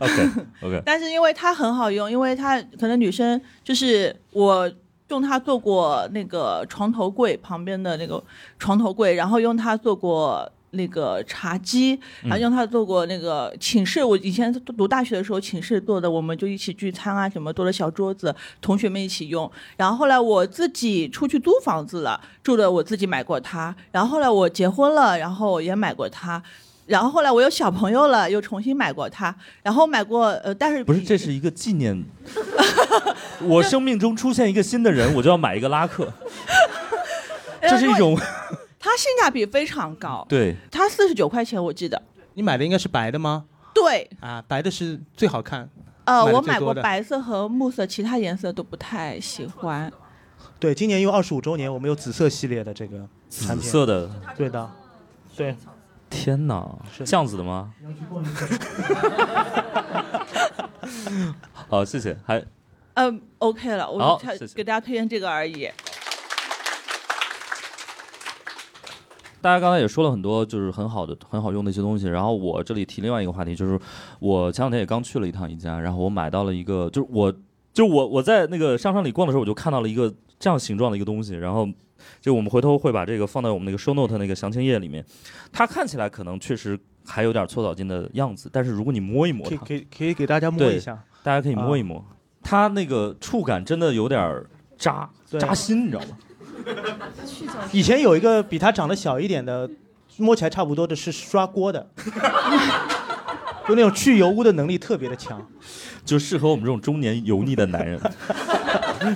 [SPEAKER 1] ，OK，OK，、
[SPEAKER 7] 但是因为它很好用，因为它可能女生就是我用它做过那个床头柜旁边的那个床头柜，然后用它做过那个茶几，然嗯后用它做过那个寝室。我以前读大学的时候，寝室做的，我们就一起聚餐啊，什么做的小桌子，同学们一起用。然后后来我自己出去租房子了，住的我自己买过它。然后后来我结婚了，然后我也买过它。然后后来我有小朋友了，又重新买过它。然后买过呃，但是
[SPEAKER 1] 不是，这是一个纪念。我生命中出现一个新的人，我就要买一个拉克，这是一种，
[SPEAKER 7] 它性价比非常高
[SPEAKER 1] 对。
[SPEAKER 7] 它四十九块钱我记得。
[SPEAKER 4] 你买的应该是白的吗？
[SPEAKER 7] 对，
[SPEAKER 4] 啊，白的是最好看。
[SPEAKER 7] 呃，
[SPEAKER 4] 买得
[SPEAKER 7] 我
[SPEAKER 4] 最
[SPEAKER 7] 买
[SPEAKER 4] 多
[SPEAKER 7] 过
[SPEAKER 4] 的
[SPEAKER 7] 白色和木色，其他颜色都不太喜欢。
[SPEAKER 4] 对，今年又二十五周年，我们有紫色系列的这个产
[SPEAKER 1] 紫
[SPEAKER 4] 品。
[SPEAKER 1] 色的，
[SPEAKER 4] 对的，对，
[SPEAKER 1] 天哪，这样子的吗？好，谢谢。还
[SPEAKER 7] 嗯，OK 了，
[SPEAKER 1] 好
[SPEAKER 7] 我就
[SPEAKER 1] 谢谢
[SPEAKER 7] 给大家推荐这个而已。
[SPEAKER 1] 大家刚才也说了很多，就是很好的、很好用的一些东西。然后我这里提另外一个话题，就是我前两天也刚去了一趟宜家，然后我买到了一个，就是我，就是我我在那个商场里逛的时候，我就看到了一个这样形状的一个东西，然后。就我们回头会把这个放到我们那个 show note 那个详情页里面，它看起来可能确实还有点搓澡巾的样子，但是如果你摸一摸
[SPEAKER 4] 可以啊
[SPEAKER 1] 它，
[SPEAKER 4] 可以可以给大家摸
[SPEAKER 1] 对
[SPEAKER 4] 一下。
[SPEAKER 1] 大家可以摸一摸，它那个触感真的有点儿扎
[SPEAKER 4] 对
[SPEAKER 1] 扎心，你知道吗？
[SPEAKER 4] 以前有一个比它长得小一点的，摸起来差不多的是刷锅的， 就那种去油污的能力特别的强，
[SPEAKER 1] 就适合我们这种中年油腻的男人，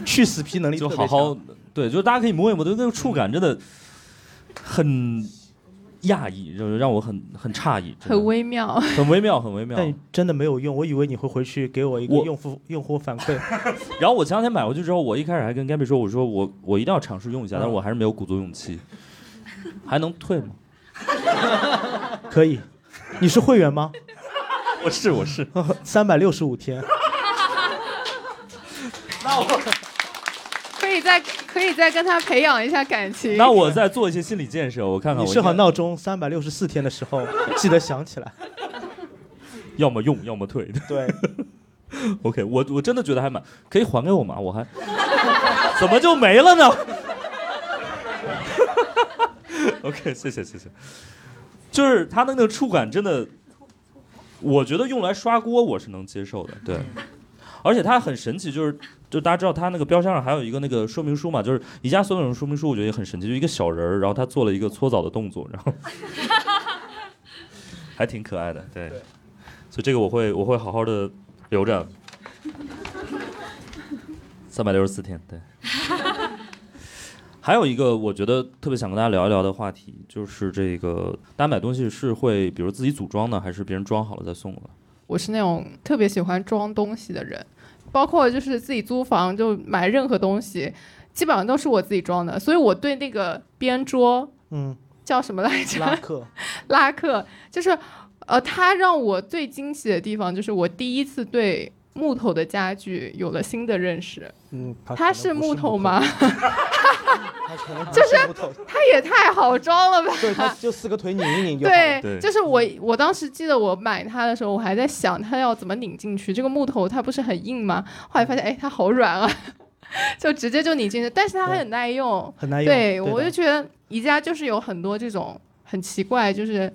[SPEAKER 4] 去死皮能力
[SPEAKER 1] 就
[SPEAKER 4] 特
[SPEAKER 1] 好
[SPEAKER 4] 别强。
[SPEAKER 1] 好对，就是大家可以摸一摸，就那个触感真的很讶异，就是让我很很诧异，真的
[SPEAKER 2] 很微妙。
[SPEAKER 1] 很微妙，很微妙。
[SPEAKER 4] 但真的没有用，我以为你会回去给我一个
[SPEAKER 1] 我
[SPEAKER 4] 用户用户反馈。
[SPEAKER 1] 然后我前两天买回去之后，我一开始还跟 Gabby 说，我说我我一定要尝试用一下，
[SPEAKER 4] 嗯
[SPEAKER 1] 但是我还是没有鼓足勇气。还能退吗？
[SPEAKER 4] 可以，你是会员吗？
[SPEAKER 1] 我是我是，
[SPEAKER 4] 三百六十五天，
[SPEAKER 1] 啊
[SPEAKER 2] 可以再可以再跟他培养一下感情。
[SPEAKER 1] 那我再做一些心理建设，我看看
[SPEAKER 4] 你
[SPEAKER 1] 我
[SPEAKER 4] 设好
[SPEAKER 1] 应该
[SPEAKER 4] 闹钟，三百六十四天的时候记得想起来。
[SPEAKER 1] 要么用，要么退。
[SPEAKER 4] 对，
[SPEAKER 1] OK，我我真的觉得还蛮可以还给我吗？我还怎么就没了呢？OK，谢谢谢谢，就是它那个触感真的，我觉得用来刷锅我是能接受的，对，而且它很神奇，就是就大家知道它那个标签上还有一个那个说明书嘛，就是宜家所有人说明书，我觉得也很神奇，就一个小人儿，然后他做了一个搓澡的动作，然后还挺可爱的，对，所以这个我会我会好好的留着。三百六十四天，对。 还有一个我觉得特别想跟大家聊一聊的话题，就是这个大家买东西是会比如自己组装呢，还是别人装好了再送过来？
[SPEAKER 2] 我是那种特别喜欢装东西的人，包括就是自己租房就买任何东西，基本上都是我自己装的，所以我对那个边桌
[SPEAKER 4] 嗯，
[SPEAKER 2] 叫什么来着？
[SPEAKER 4] 拉客，
[SPEAKER 2] 拉客，就是呃，它让我最惊喜的地方就是我第一次对木头的家具有了新的认识。
[SPEAKER 4] 嗯，
[SPEAKER 2] 它是木头 吗？？
[SPEAKER 4] 它可能不是木头，
[SPEAKER 2] 它也太好装了吧！
[SPEAKER 4] 对，它就四个腿拧一拧就好嗯了。
[SPEAKER 2] 对，
[SPEAKER 1] 对
[SPEAKER 2] 就是我，我当时记得我买它的时候，我还在想它要怎么拧进去。这个木头它不是很硬吗？后来发
[SPEAKER 4] 嗯
[SPEAKER 2] 现，哎，它好软啊， 就直接就拧进去。但是它还很耐用，
[SPEAKER 4] 很难用。
[SPEAKER 2] 对
[SPEAKER 4] 的
[SPEAKER 2] 我就觉得宜家就是有很多这种很奇怪，就是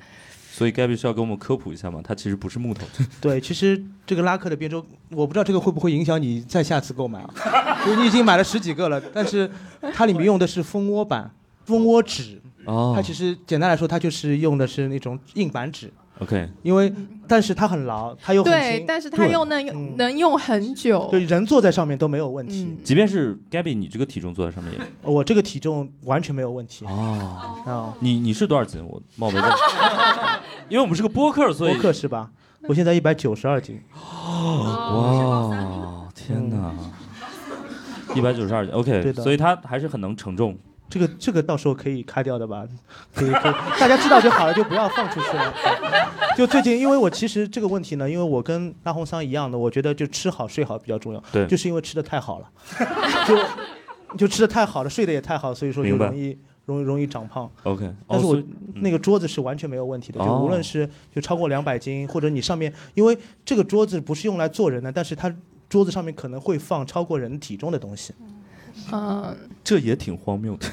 [SPEAKER 1] 所以 Gabby 需要给我们科普一下嘛，它其实不是木头。
[SPEAKER 4] 对，其实这个拉客的边桌，我不知道这个会不会影响你再下次购买啊？ 就你已经买了十几个了，但是它里面用的是蜂窝板、蜂窝纸，
[SPEAKER 1] 哦
[SPEAKER 4] 它其实简单来说，它就是用的是那种硬板纸，
[SPEAKER 1] ，OK，
[SPEAKER 4] 因为但是它很牢，它又很
[SPEAKER 2] 对，
[SPEAKER 4] 轻，
[SPEAKER 2] 但是它
[SPEAKER 4] 对
[SPEAKER 2] 又能
[SPEAKER 4] 嗯
[SPEAKER 2] 用能用很久
[SPEAKER 4] 对。人坐在上面都没有问题
[SPEAKER 2] 嗯。，
[SPEAKER 1] 即便是 Gabby 你这个体重坐在上面也
[SPEAKER 4] 我这个体重完全没有问题
[SPEAKER 1] 哦，
[SPEAKER 4] 啊，
[SPEAKER 1] 你你是多少斤？我冒 昧问，因为我们是个播客，所
[SPEAKER 4] 播
[SPEAKER 1] 以
[SPEAKER 4] 客是吧？我现在一百九十二斤，
[SPEAKER 1] 哇，哦天哪，一百九十二斤，OK，
[SPEAKER 4] 对的
[SPEAKER 1] 所以它还是很能承重。
[SPEAKER 4] 这个这个到时候可以开掉的吧？可以，可以，大家知道就好了，就不要放出去了。就最近，因为我其实这个问题呢，因为我跟大红桑一样的，我觉得就吃好睡好比较重要。
[SPEAKER 1] 对
[SPEAKER 4] 就是因为吃的太好了，就就吃的太好了，睡得也太好，所以说就
[SPEAKER 1] 明白
[SPEAKER 4] 容易容易容易长胖。
[SPEAKER 1] OK，
[SPEAKER 4] 但是
[SPEAKER 1] 哦
[SPEAKER 4] 我、
[SPEAKER 1] 所以
[SPEAKER 4] 那个桌子是完全没有问题的，就
[SPEAKER 1] 哦
[SPEAKER 4] 无论是就超过两百斤，或者你上面，因为这个
[SPEAKER 1] 哦
[SPEAKER 4] 桌子不是用来坐人的，但是它桌子上面可能会放超过人体重的东西。
[SPEAKER 2] 嗯，
[SPEAKER 1] 这也挺荒谬的。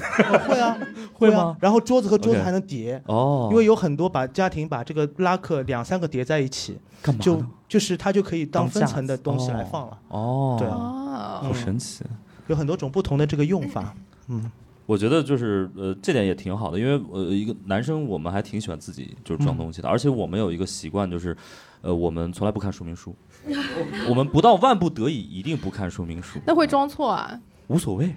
[SPEAKER 4] 会啊，
[SPEAKER 1] 会
[SPEAKER 4] 啊
[SPEAKER 1] 吗
[SPEAKER 4] 然后桌子和桌子
[SPEAKER 1] OK
[SPEAKER 4] 还能叠
[SPEAKER 1] 哦，
[SPEAKER 4] 因为有很多把家庭把这个拉克两三个叠在一起，
[SPEAKER 1] 干嘛呢
[SPEAKER 4] 就就是它就可以当
[SPEAKER 1] 当
[SPEAKER 4] 分
[SPEAKER 1] 架
[SPEAKER 4] 层的
[SPEAKER 1] 子
[SPEAKER 4] 东西
[SPEAKER 1] 哦
[SPEAKER 4] 来放了，
[SPEAKER 1] 哦，
[SPEAKER 4] 对啊
[SPEAKER 2] 哦，
[SPEAKER 1] 好神奇。
[SPEAKER 4] 有很多种不同的这个用法。嗯，
[SPEAKER 1] 我觉得就是呃，这点也挺好的，因为呃，一个男生我们还挺喜欢自己就是装东西的，而且我们有一个习惯就是，呃，我们从来不看说明书，我们不到万不得已一定不看说明书，
[SPEAKER 2] 那会装错 啊？
[SPEAKER 1] 无所谓，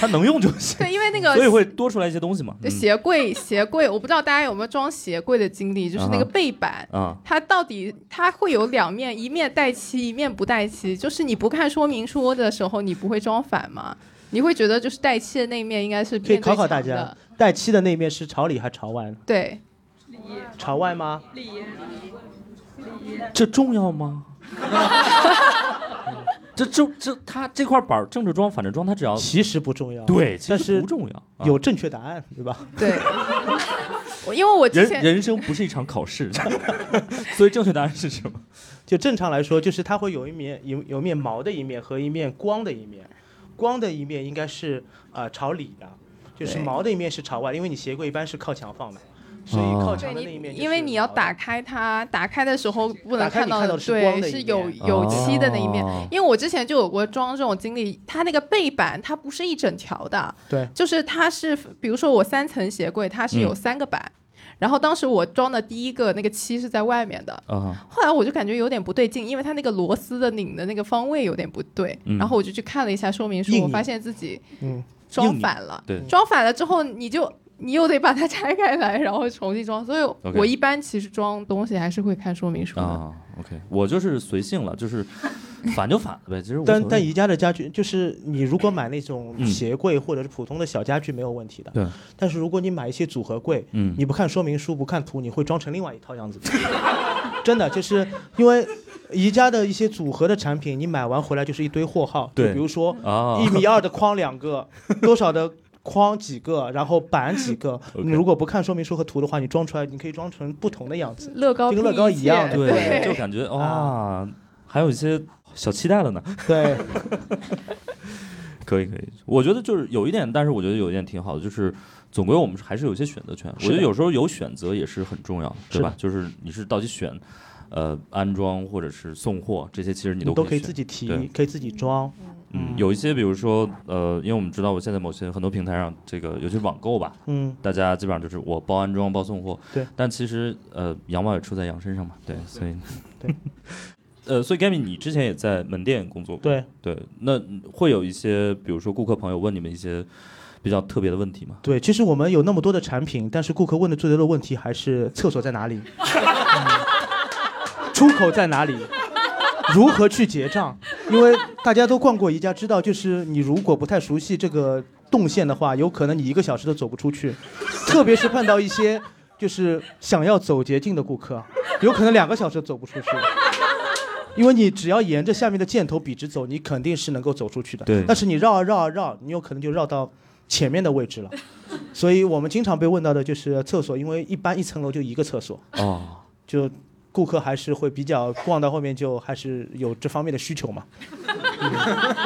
[SPEAKER 1] 它能用就 行，
[SPEAKER 2] 对，因为那个
[SPEAKER 1] 所以会多出来一些东西嘛。嗯
[SPEAKER 2] 鞋柜，鞋柜，我不知道大家有没有装鞋柜的经历，就是那
[SPEAKER 1] 啊
[SPEAKER 2] 个
[SPEAKER 1] 哈
[SPEAKER 2] 背 板。
[SPEAKER 1] 啊，
[SPEAKER 2] 它到底它会有两面，一面带漆，一面不带漆。就是你不看说明书的时候，你不会装反吗？你会觉得就是带漆的那一面应该是
[SPEAKER 4] 可以
[SPEAKER 2] 面对
[SPEAKER 4] 考考大
[SPEAKER 2] 墙的
[SPEAKER 4] 家，带漆的那面是朝里还朝外呢？
[SPEAKER 2] 对，
[SPEAKER 4] 朝外吗？
[SPEAKER 1] 这重要吗？ 这这这，它这块板儿正着装反着装，它只要
[SPEAKER 4] 其实不重要，
[SPEAKER 1] 哦对，其
[SPEAKER 4] 但
[SPEAKER 1] 实
[SPEAKER 4] 是
[SPEAKER 1] 不重要。啊
[SPEAKER 4] 有正确答案，对吧？
[SPEAKER 2] 对， 我因为我之
[SPEAKER 1] 人
[SPEAKER 2] 前
[SPEAKER 1] 人生不是一场考试， 所以正确答案是什么？
[SPEAKER 4] 就正常来说，就是它会有一面有有面毛的一面和一面光的一面，光的一面应该是呃朝里的，就是
[SPEAKER 2] 对
[SPEAKER 4] 毛的一面是朝外，因为你鞋柜一般是靠墙放的，所以
[SPEAKER 1] 哦
[SPEAKER 4] 靠
[SPEAKER 2] 对
[SPEAKER 4] 墙的那一
[SPEAKER 2] 你
[SPEAKER 4] 面，
[SPEAKER 2] 因为你要打。开它，打开的时候不能
[SPEAKER 4] 哦打开
[SPEAKER 2] 看
[SPEAKER 4] 你
[SPEAKER 2] 到
[SPEAKER 4] 看到的是光
[SPEAKER 2] 对，
[SPEAKER 4] 的一
[SPEAKER 2] 是
[SPEAKER 4] 面
[SPEAKER 2] 有有漆的那一面。
[SPEAKER 1] 哦
[SPEAKER 2] 因为我之前就有过装这种经历，它那个背板它不是一整条的，
[SPEAKER 4] 对，
[SPEAKER 2] 就是它是比如说我三层鞋柜，它是有
[SPEAKER 1] 嗯
[SPEAKER 2] 三个板。然后当时我装的第一个那个漆是在外面的，
[SPEAKER 1] 啊，
[SPEAKER 2] 后来我就感觉有点不对劲，因为它那个螺丝的拧的那个方位有点不对，
[SPEAKER 1] 嗯
[SPEAKER 2] 然后我就去看了一下说明书
[SPEAKER 4] 硬，拧
[SPEAKER 2] 我发现自己
[SPEAKER 4] 嗯，
[SPEAKER 2] 装反了。
[SPEAKER 1] 对
[SPEAKER 2] 装反了之后，你就你又得把它拆开来，然后重新装。所以
[SPEAKER 1] OK
[SPEAKER 2] 我一般其实装东西还是会看说明书的。
[SPEAKER 1] 啊，OK，我就是随性了，就是反就反了呗。其实无
[SPEAKER 4] 但
[SPEAKER 1] 所
[SPEAKER 4] 但
[SPEAKER 1] 谓
[SPEAKER 4] 宜家的家具，就是你如果买那
[SPEAKER 1] 嗯
[SPEAKER 4] 种鞋柜或者是普通的小家具没有问题的，
[SPEAKER 1] 对。
[SPEAKER 4] 但是如果你买一些组合柜，
[SPEAKER 1] 嗯
[SPEAKER 4] 你不看说明书不看图，你会装成另外一套样子。 真的，就是因为宜家的一些组合的产品，你买完回来就是一堆货号，就
[SPEAKER 1] 对
[SPEAKER 4] 比如说
[SPEAKER 1] 啊，
[SPEAKER 4] 一米二的框两个，多少的框几个，然后板几 个。你如果不看说明书和图的话，你装出来，你可以装成不同的样子。
[SPEAKER 2] 乐高
[SPEAKER 4] 就跟乐高
[SPEAKER 2] 拼
[SPEAKER 4] 一样
[SPEAKER 2] 切
[SPEAKER 4] 对
[SPEAKER 1] 对，就感觉哇，
[SPEAKER 4] 啊
[SPEAKER 1] 还有一些小期待了呢。
[SPEAKER 4] 对，
[SPEAKER 1] 可以可以，我觉得就是有一点，但是我觉得有一点挺好的，就是总归我们还是有一些选择权。我
[SPEAKER 4] 是
[SPEAKER 1] 觉
[SPEAKER 4] 的
[SPEAKER 1] 得有时候有选择也是很重要的，对
[SPEAKER 4] 是
[SPEAKER 1] 吧
[SPEAKER 4] 的？
[SPEAKER 1] 就是你是到底选，呃，安装或者是送货这些，其 实你
[SPEAKER 4] 你
[SPEAKER 1] 都
[SPEAKER 4] 都可以
[SPEAKER 1] 选
[SPEAKER 4] 自己提
[SPEAKER 1] 对，
[SPEAKER 4] 可以自己装。
[SPEAKER 1] 嗯，有一些比如说呃，因为我们知道我现在某些很多平台上这个，尤其是网购吧，
[SPEAKER 4] 嗯，
[SPEAKER 1] 大家基本上就是我包安装包送货。
[SPEAKER 4] 对，
[SPEAKER 1] 但其实呃，羊毛也出在羊身上嘛，对，所以
[SPEAKER 4] 对。
[SPEAKER 1] 呃，所以 Gamy，你之前也在门店工作过，
[SPEAKER 4] 对
[SPEAKER 1] 对，那会有一些，比如说顾客朋友问你们一些比较特别的问题吗？
[SPEAKER 4] 对，其实我们有那么多的产品，但是顾客问的最多的问题还是厕所在哪里，嗯出口在哪里，如何去结账？因为大家都逛过宜家，知道就是你如果不太熟悉这个动线的话，有可能你一个小时都走不出去，特别是碰到一些就是想要走捷径的顾客，有可能两个小时都走不出去。因为你只要沿着下面的箭头笔直走，你肯定是能够走出去的。
[SPEAKER 1] 对
[SPEAKER 4] 但是你绕啊绕啊绕，你有可能就绕到前面的位置了。所以我们经常被问到的就是厕所，因为一般一层楼就一个厕所，
[SPEAKER 1] 哦，
[SPEAKER 4] 就顾客还是会比较逛到后面就还是有这方面的需求嘛。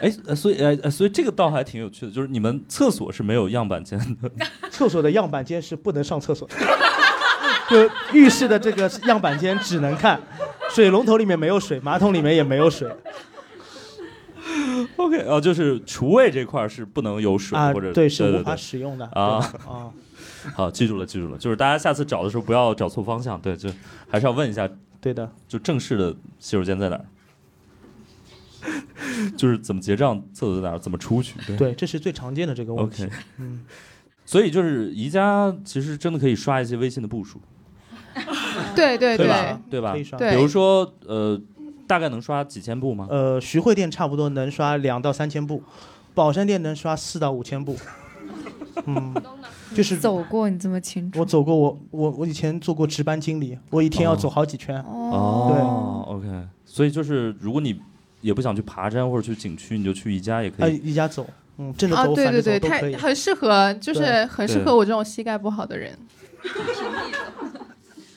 [SPEAKER 1] 哎，呃所以呃，呃所以这个倒还挺有趣的，就是你们厕所是没有样板间的，
[SPEAKER 4] 厕所的样板间是不能上厕所的， 就浴室的这个样板间只能看，水龙头里面没有水，马桶里面也没有水
[SPEAKER 1] OK，哦、就是厨卫这块儿是不能有水、
[SPEAKER 4] 啊
[SPEAKER 1] 或者，
[SPEAKER 4] 对，是
[SPEAKER 1] 对
[SPEAKER 4] 无
[SPEAKER 1] 对
[SPEAKER 4] 法使用的
[SPEAKER 1] 啊
[SPEAKER 4] 对啊。
[SPEAKER 1] 好，记住了，记住了，就是大家下次找的时候不要找错方向，对，就还是要问一下，
[SPEAKER 4] 对的，
[SPEAKER 1] 就正式的洗手间在哪儿， 就是怎么结账，厕所在哪儿，怎么出去，对
[SPEAKER 4] 对，这是最嗯常见的这个问 题。
[SPEAKER 1] ，OK，所以就是宜家其实真的可以刷一些微信的步数，
[SPEAKER 2] 对对
[SPEAKER 1] 对
[SPEAKER 2] 对
[SPEAKER 1] 吧，？对吧
[SPEAKER 4] 可以？刷。
[SPEAKER 2] 对
[SPEAKER 1] 比如说呃，大概能刷几千步吗？
[SPEAKER 4] 呃，徐汇店差不多能刷两到三千步，宝山店能刷四到五千步。嗯，就是
[SPEAKER 3] 走过你这么清楚
[SPEAKER 4] 我走过，我我我以前做过值班经理，我一天要
[SPEAKER 1] 哦
[SPEAKER 4] 走好几圈。
[SPEAKER 1] 哦，OK，所以就是如果你也不想去爬山或者去景区，你就去宜家也可
[SPEAKER 4] 呃，
[SPEAKER 1] 以。
[SPEAKER 4] 宜家走，嗯，正着
[SPEAKER 2] 啊，
[SPEAKER 4] 走、
[SPEAKER 2] 对
[SPEAKER 4] 反着
[SPEAKER 2] 对
[SPEAKER 4] 走
[SPEAKER 2] 对，
[SPEAKER 4] 都可
[SPEAKER 2] 太
[SPEAKER 4] 以。
[SPEAKER 2] 很适合，就是
[SPEAKER 4] 对
[SPEAKER 2] 很适
[SPEAKER 1] 对
[SPEAKER 2] 合我这种膝盖不好的人。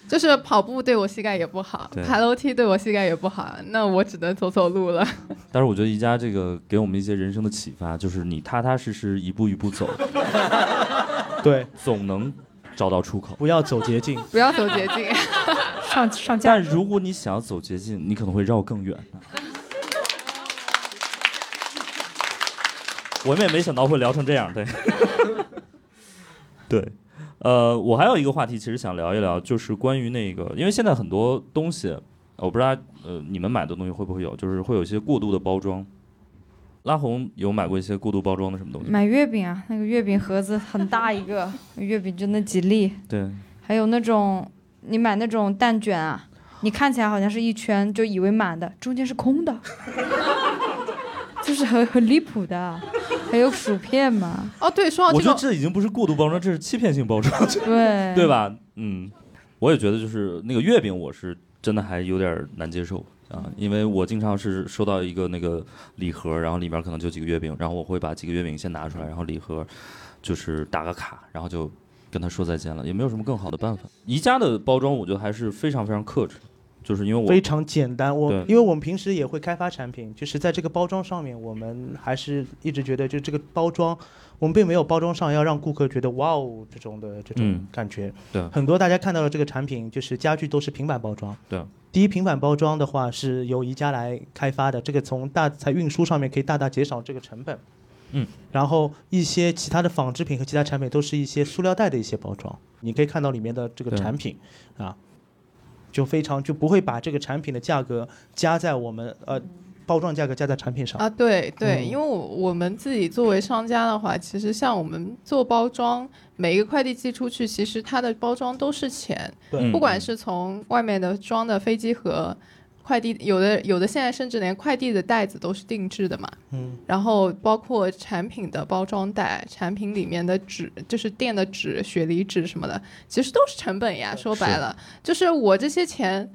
[SPEAKER 2] 就是跑步对我膝盖也不好
[SPEAKER 1] 对，
[SPEAKER 2] 爬楼梯对我膝盖也不好，那我只能走走路了。
[SPEAKER 1] 但是我觉得宜家这个给我们一些人生的启发，就是你踏踏实实一步一步走，
[SPEAKER 4] 对，
[SPEAKER 1] 总能找到出口。
[SPEAKER 4] 不要走捷径。
[SPEAKER 2] 不要走捷径。
[SPEAKER 3] 上上架
[SPEAKER 1] 但如果你想要走捷径，你可能会绕更 远。我们也没想到会聊成这样， 对，对，呃，我还有一个话题，其实想聊一聊，就是关于那个，因为现在很多东西，我不知道，呃，你们买的东西会不会有，就是会有一些过度的包装。拉红有买过一些过度包装的什么东西？
[SPEAKER 3] 买月饼啊，那个月饼盒子很大一 个，月饼就那几粒，
[SPEAKER 1] 对，
[SPEAKER 2] 哦
[SPEAKER 3] 还有那种你买那种蛋卷啊，你看起来好像是一圈，就以为满的，中间是 空的，就是很很离谱的。还有薯片嘛，
[SPEAKER 2] 哦，对，说到
[SPEAKER 1] 我
[SPEAKER 2] 这
[SPEAKER 1] 觉得
[SPEAKER 2] 个，
[SPEAKER 1] 这已经不是过度包装，这是欺骗性包装。
[SPEAKER 3] 对
[SPEAKER 1] 对？吧？嗯，我也觉得就是那个月饼，我是真的还有点儿难接受啊，因为我经常是收到一个那个礼盒，然后里面可能就几个月饼，然后我会把几个月饼先拿出来，然后礼盒就是打个卡，然后就跟他说再见了，也没有什么更好的办法。宜家的包装，我觉得还是非常非常克制，就是因为我嗯
[SPEAKER 4] 非常简单，我
[SPEAKER 1] 对
[SPEAKER 4] 因为我们平时也会开发产品，就是在这个包装上面，我们还是一直觉得，就这个包装，我们并没有包装上要让顾客觉得哇哦这种的这种
[SPEAKER 1] 嗯
[SPEAKER 4] 感觉。
[SPEAKER 1] 对
[SPEAKER 4] 很多大家看到的这个产品，就是家具都是平板包装。
[SPEAKER 1] 对，
[SPEAKER 4] 第一平板包装的话是由宜家来开发的，这个从大在运输上面可以大大减少这个成本。
[SPEAKER 1] 嗯，
[SPEAKER 4] 然后一些其他的纺织品和其他产品都是一些塑料袋的一些包装，你可以看到里面的这个
[SPEAKER 1] 对
[SPEAKER 4] 产品啊，就非常就不会把这个产品的价格加在我们呃包装价格加在产品
[SPEAKER 3] 哦
[SPEAKER 4] 上。
[SPEAKER 2] 啊，对对，
[SPEAKER 4] 嗯
[SPEAKER 2] 因为我我们自己作为商家的话，其实像我们做包装，每一个快递寄出去，其实它的包装都是钱，
[SPEAKER 4] 对
[SPEAKER 2] 不管是从外面的装的飞机盒。快递有的有的现在甚至连快递的袋子都是定制的嘛，
[SPEAKER 4] 嗯，
[SPEAKER 2] 然后包括产品的包装袋、产品里面的纸，就是店的纸、雪梨纸什么的，其实都是成本呀。说白了，就是我这些钱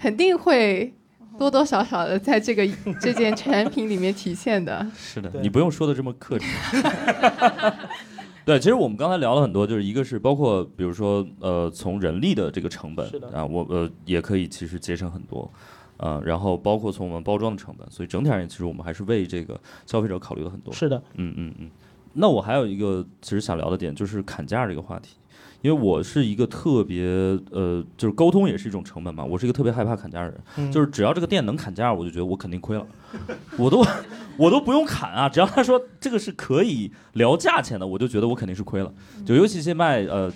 [SPEAKER 2] 肯定会多多少少的在 这个这件产品里面体现的。
[SPEAKER 1] 是的，
[SPEAKER 4] 对
[SPEAKER 1] 你不用说的这么克制。 对，其实我们刚才聊了很多，就是一个是包括比如说呃，从人力的这个成本
[SPEAKER 4] 是的
[SPEAKER 1] 啊，我呃也可以其实节省很多，呃，然后包括从我们包装的成本，所以整体而言，其实我们还是为这个消费者考虑了很多。
[SPEAKER 4] 是的，
[SPEAKER 1] 嗯嗯嗯。那我还有一个其实想聊的点就是砍价这个话题，因为我是一个特别呃，就是沟通也是一种成本嘛，我是一个特别害怕砍价的人。
[SPEAKER 4] 嗯
[SPEAKER 1] 就是只要这个店能砍价，我就觉得我肯定亏了，我都我都不用砍啊，只要他说这个是可以聊价钱的，我就觉得我肯定是亏了。
[SPEAKER 3] 嗯
[SPEAKER 1] 就尤其一些卖呃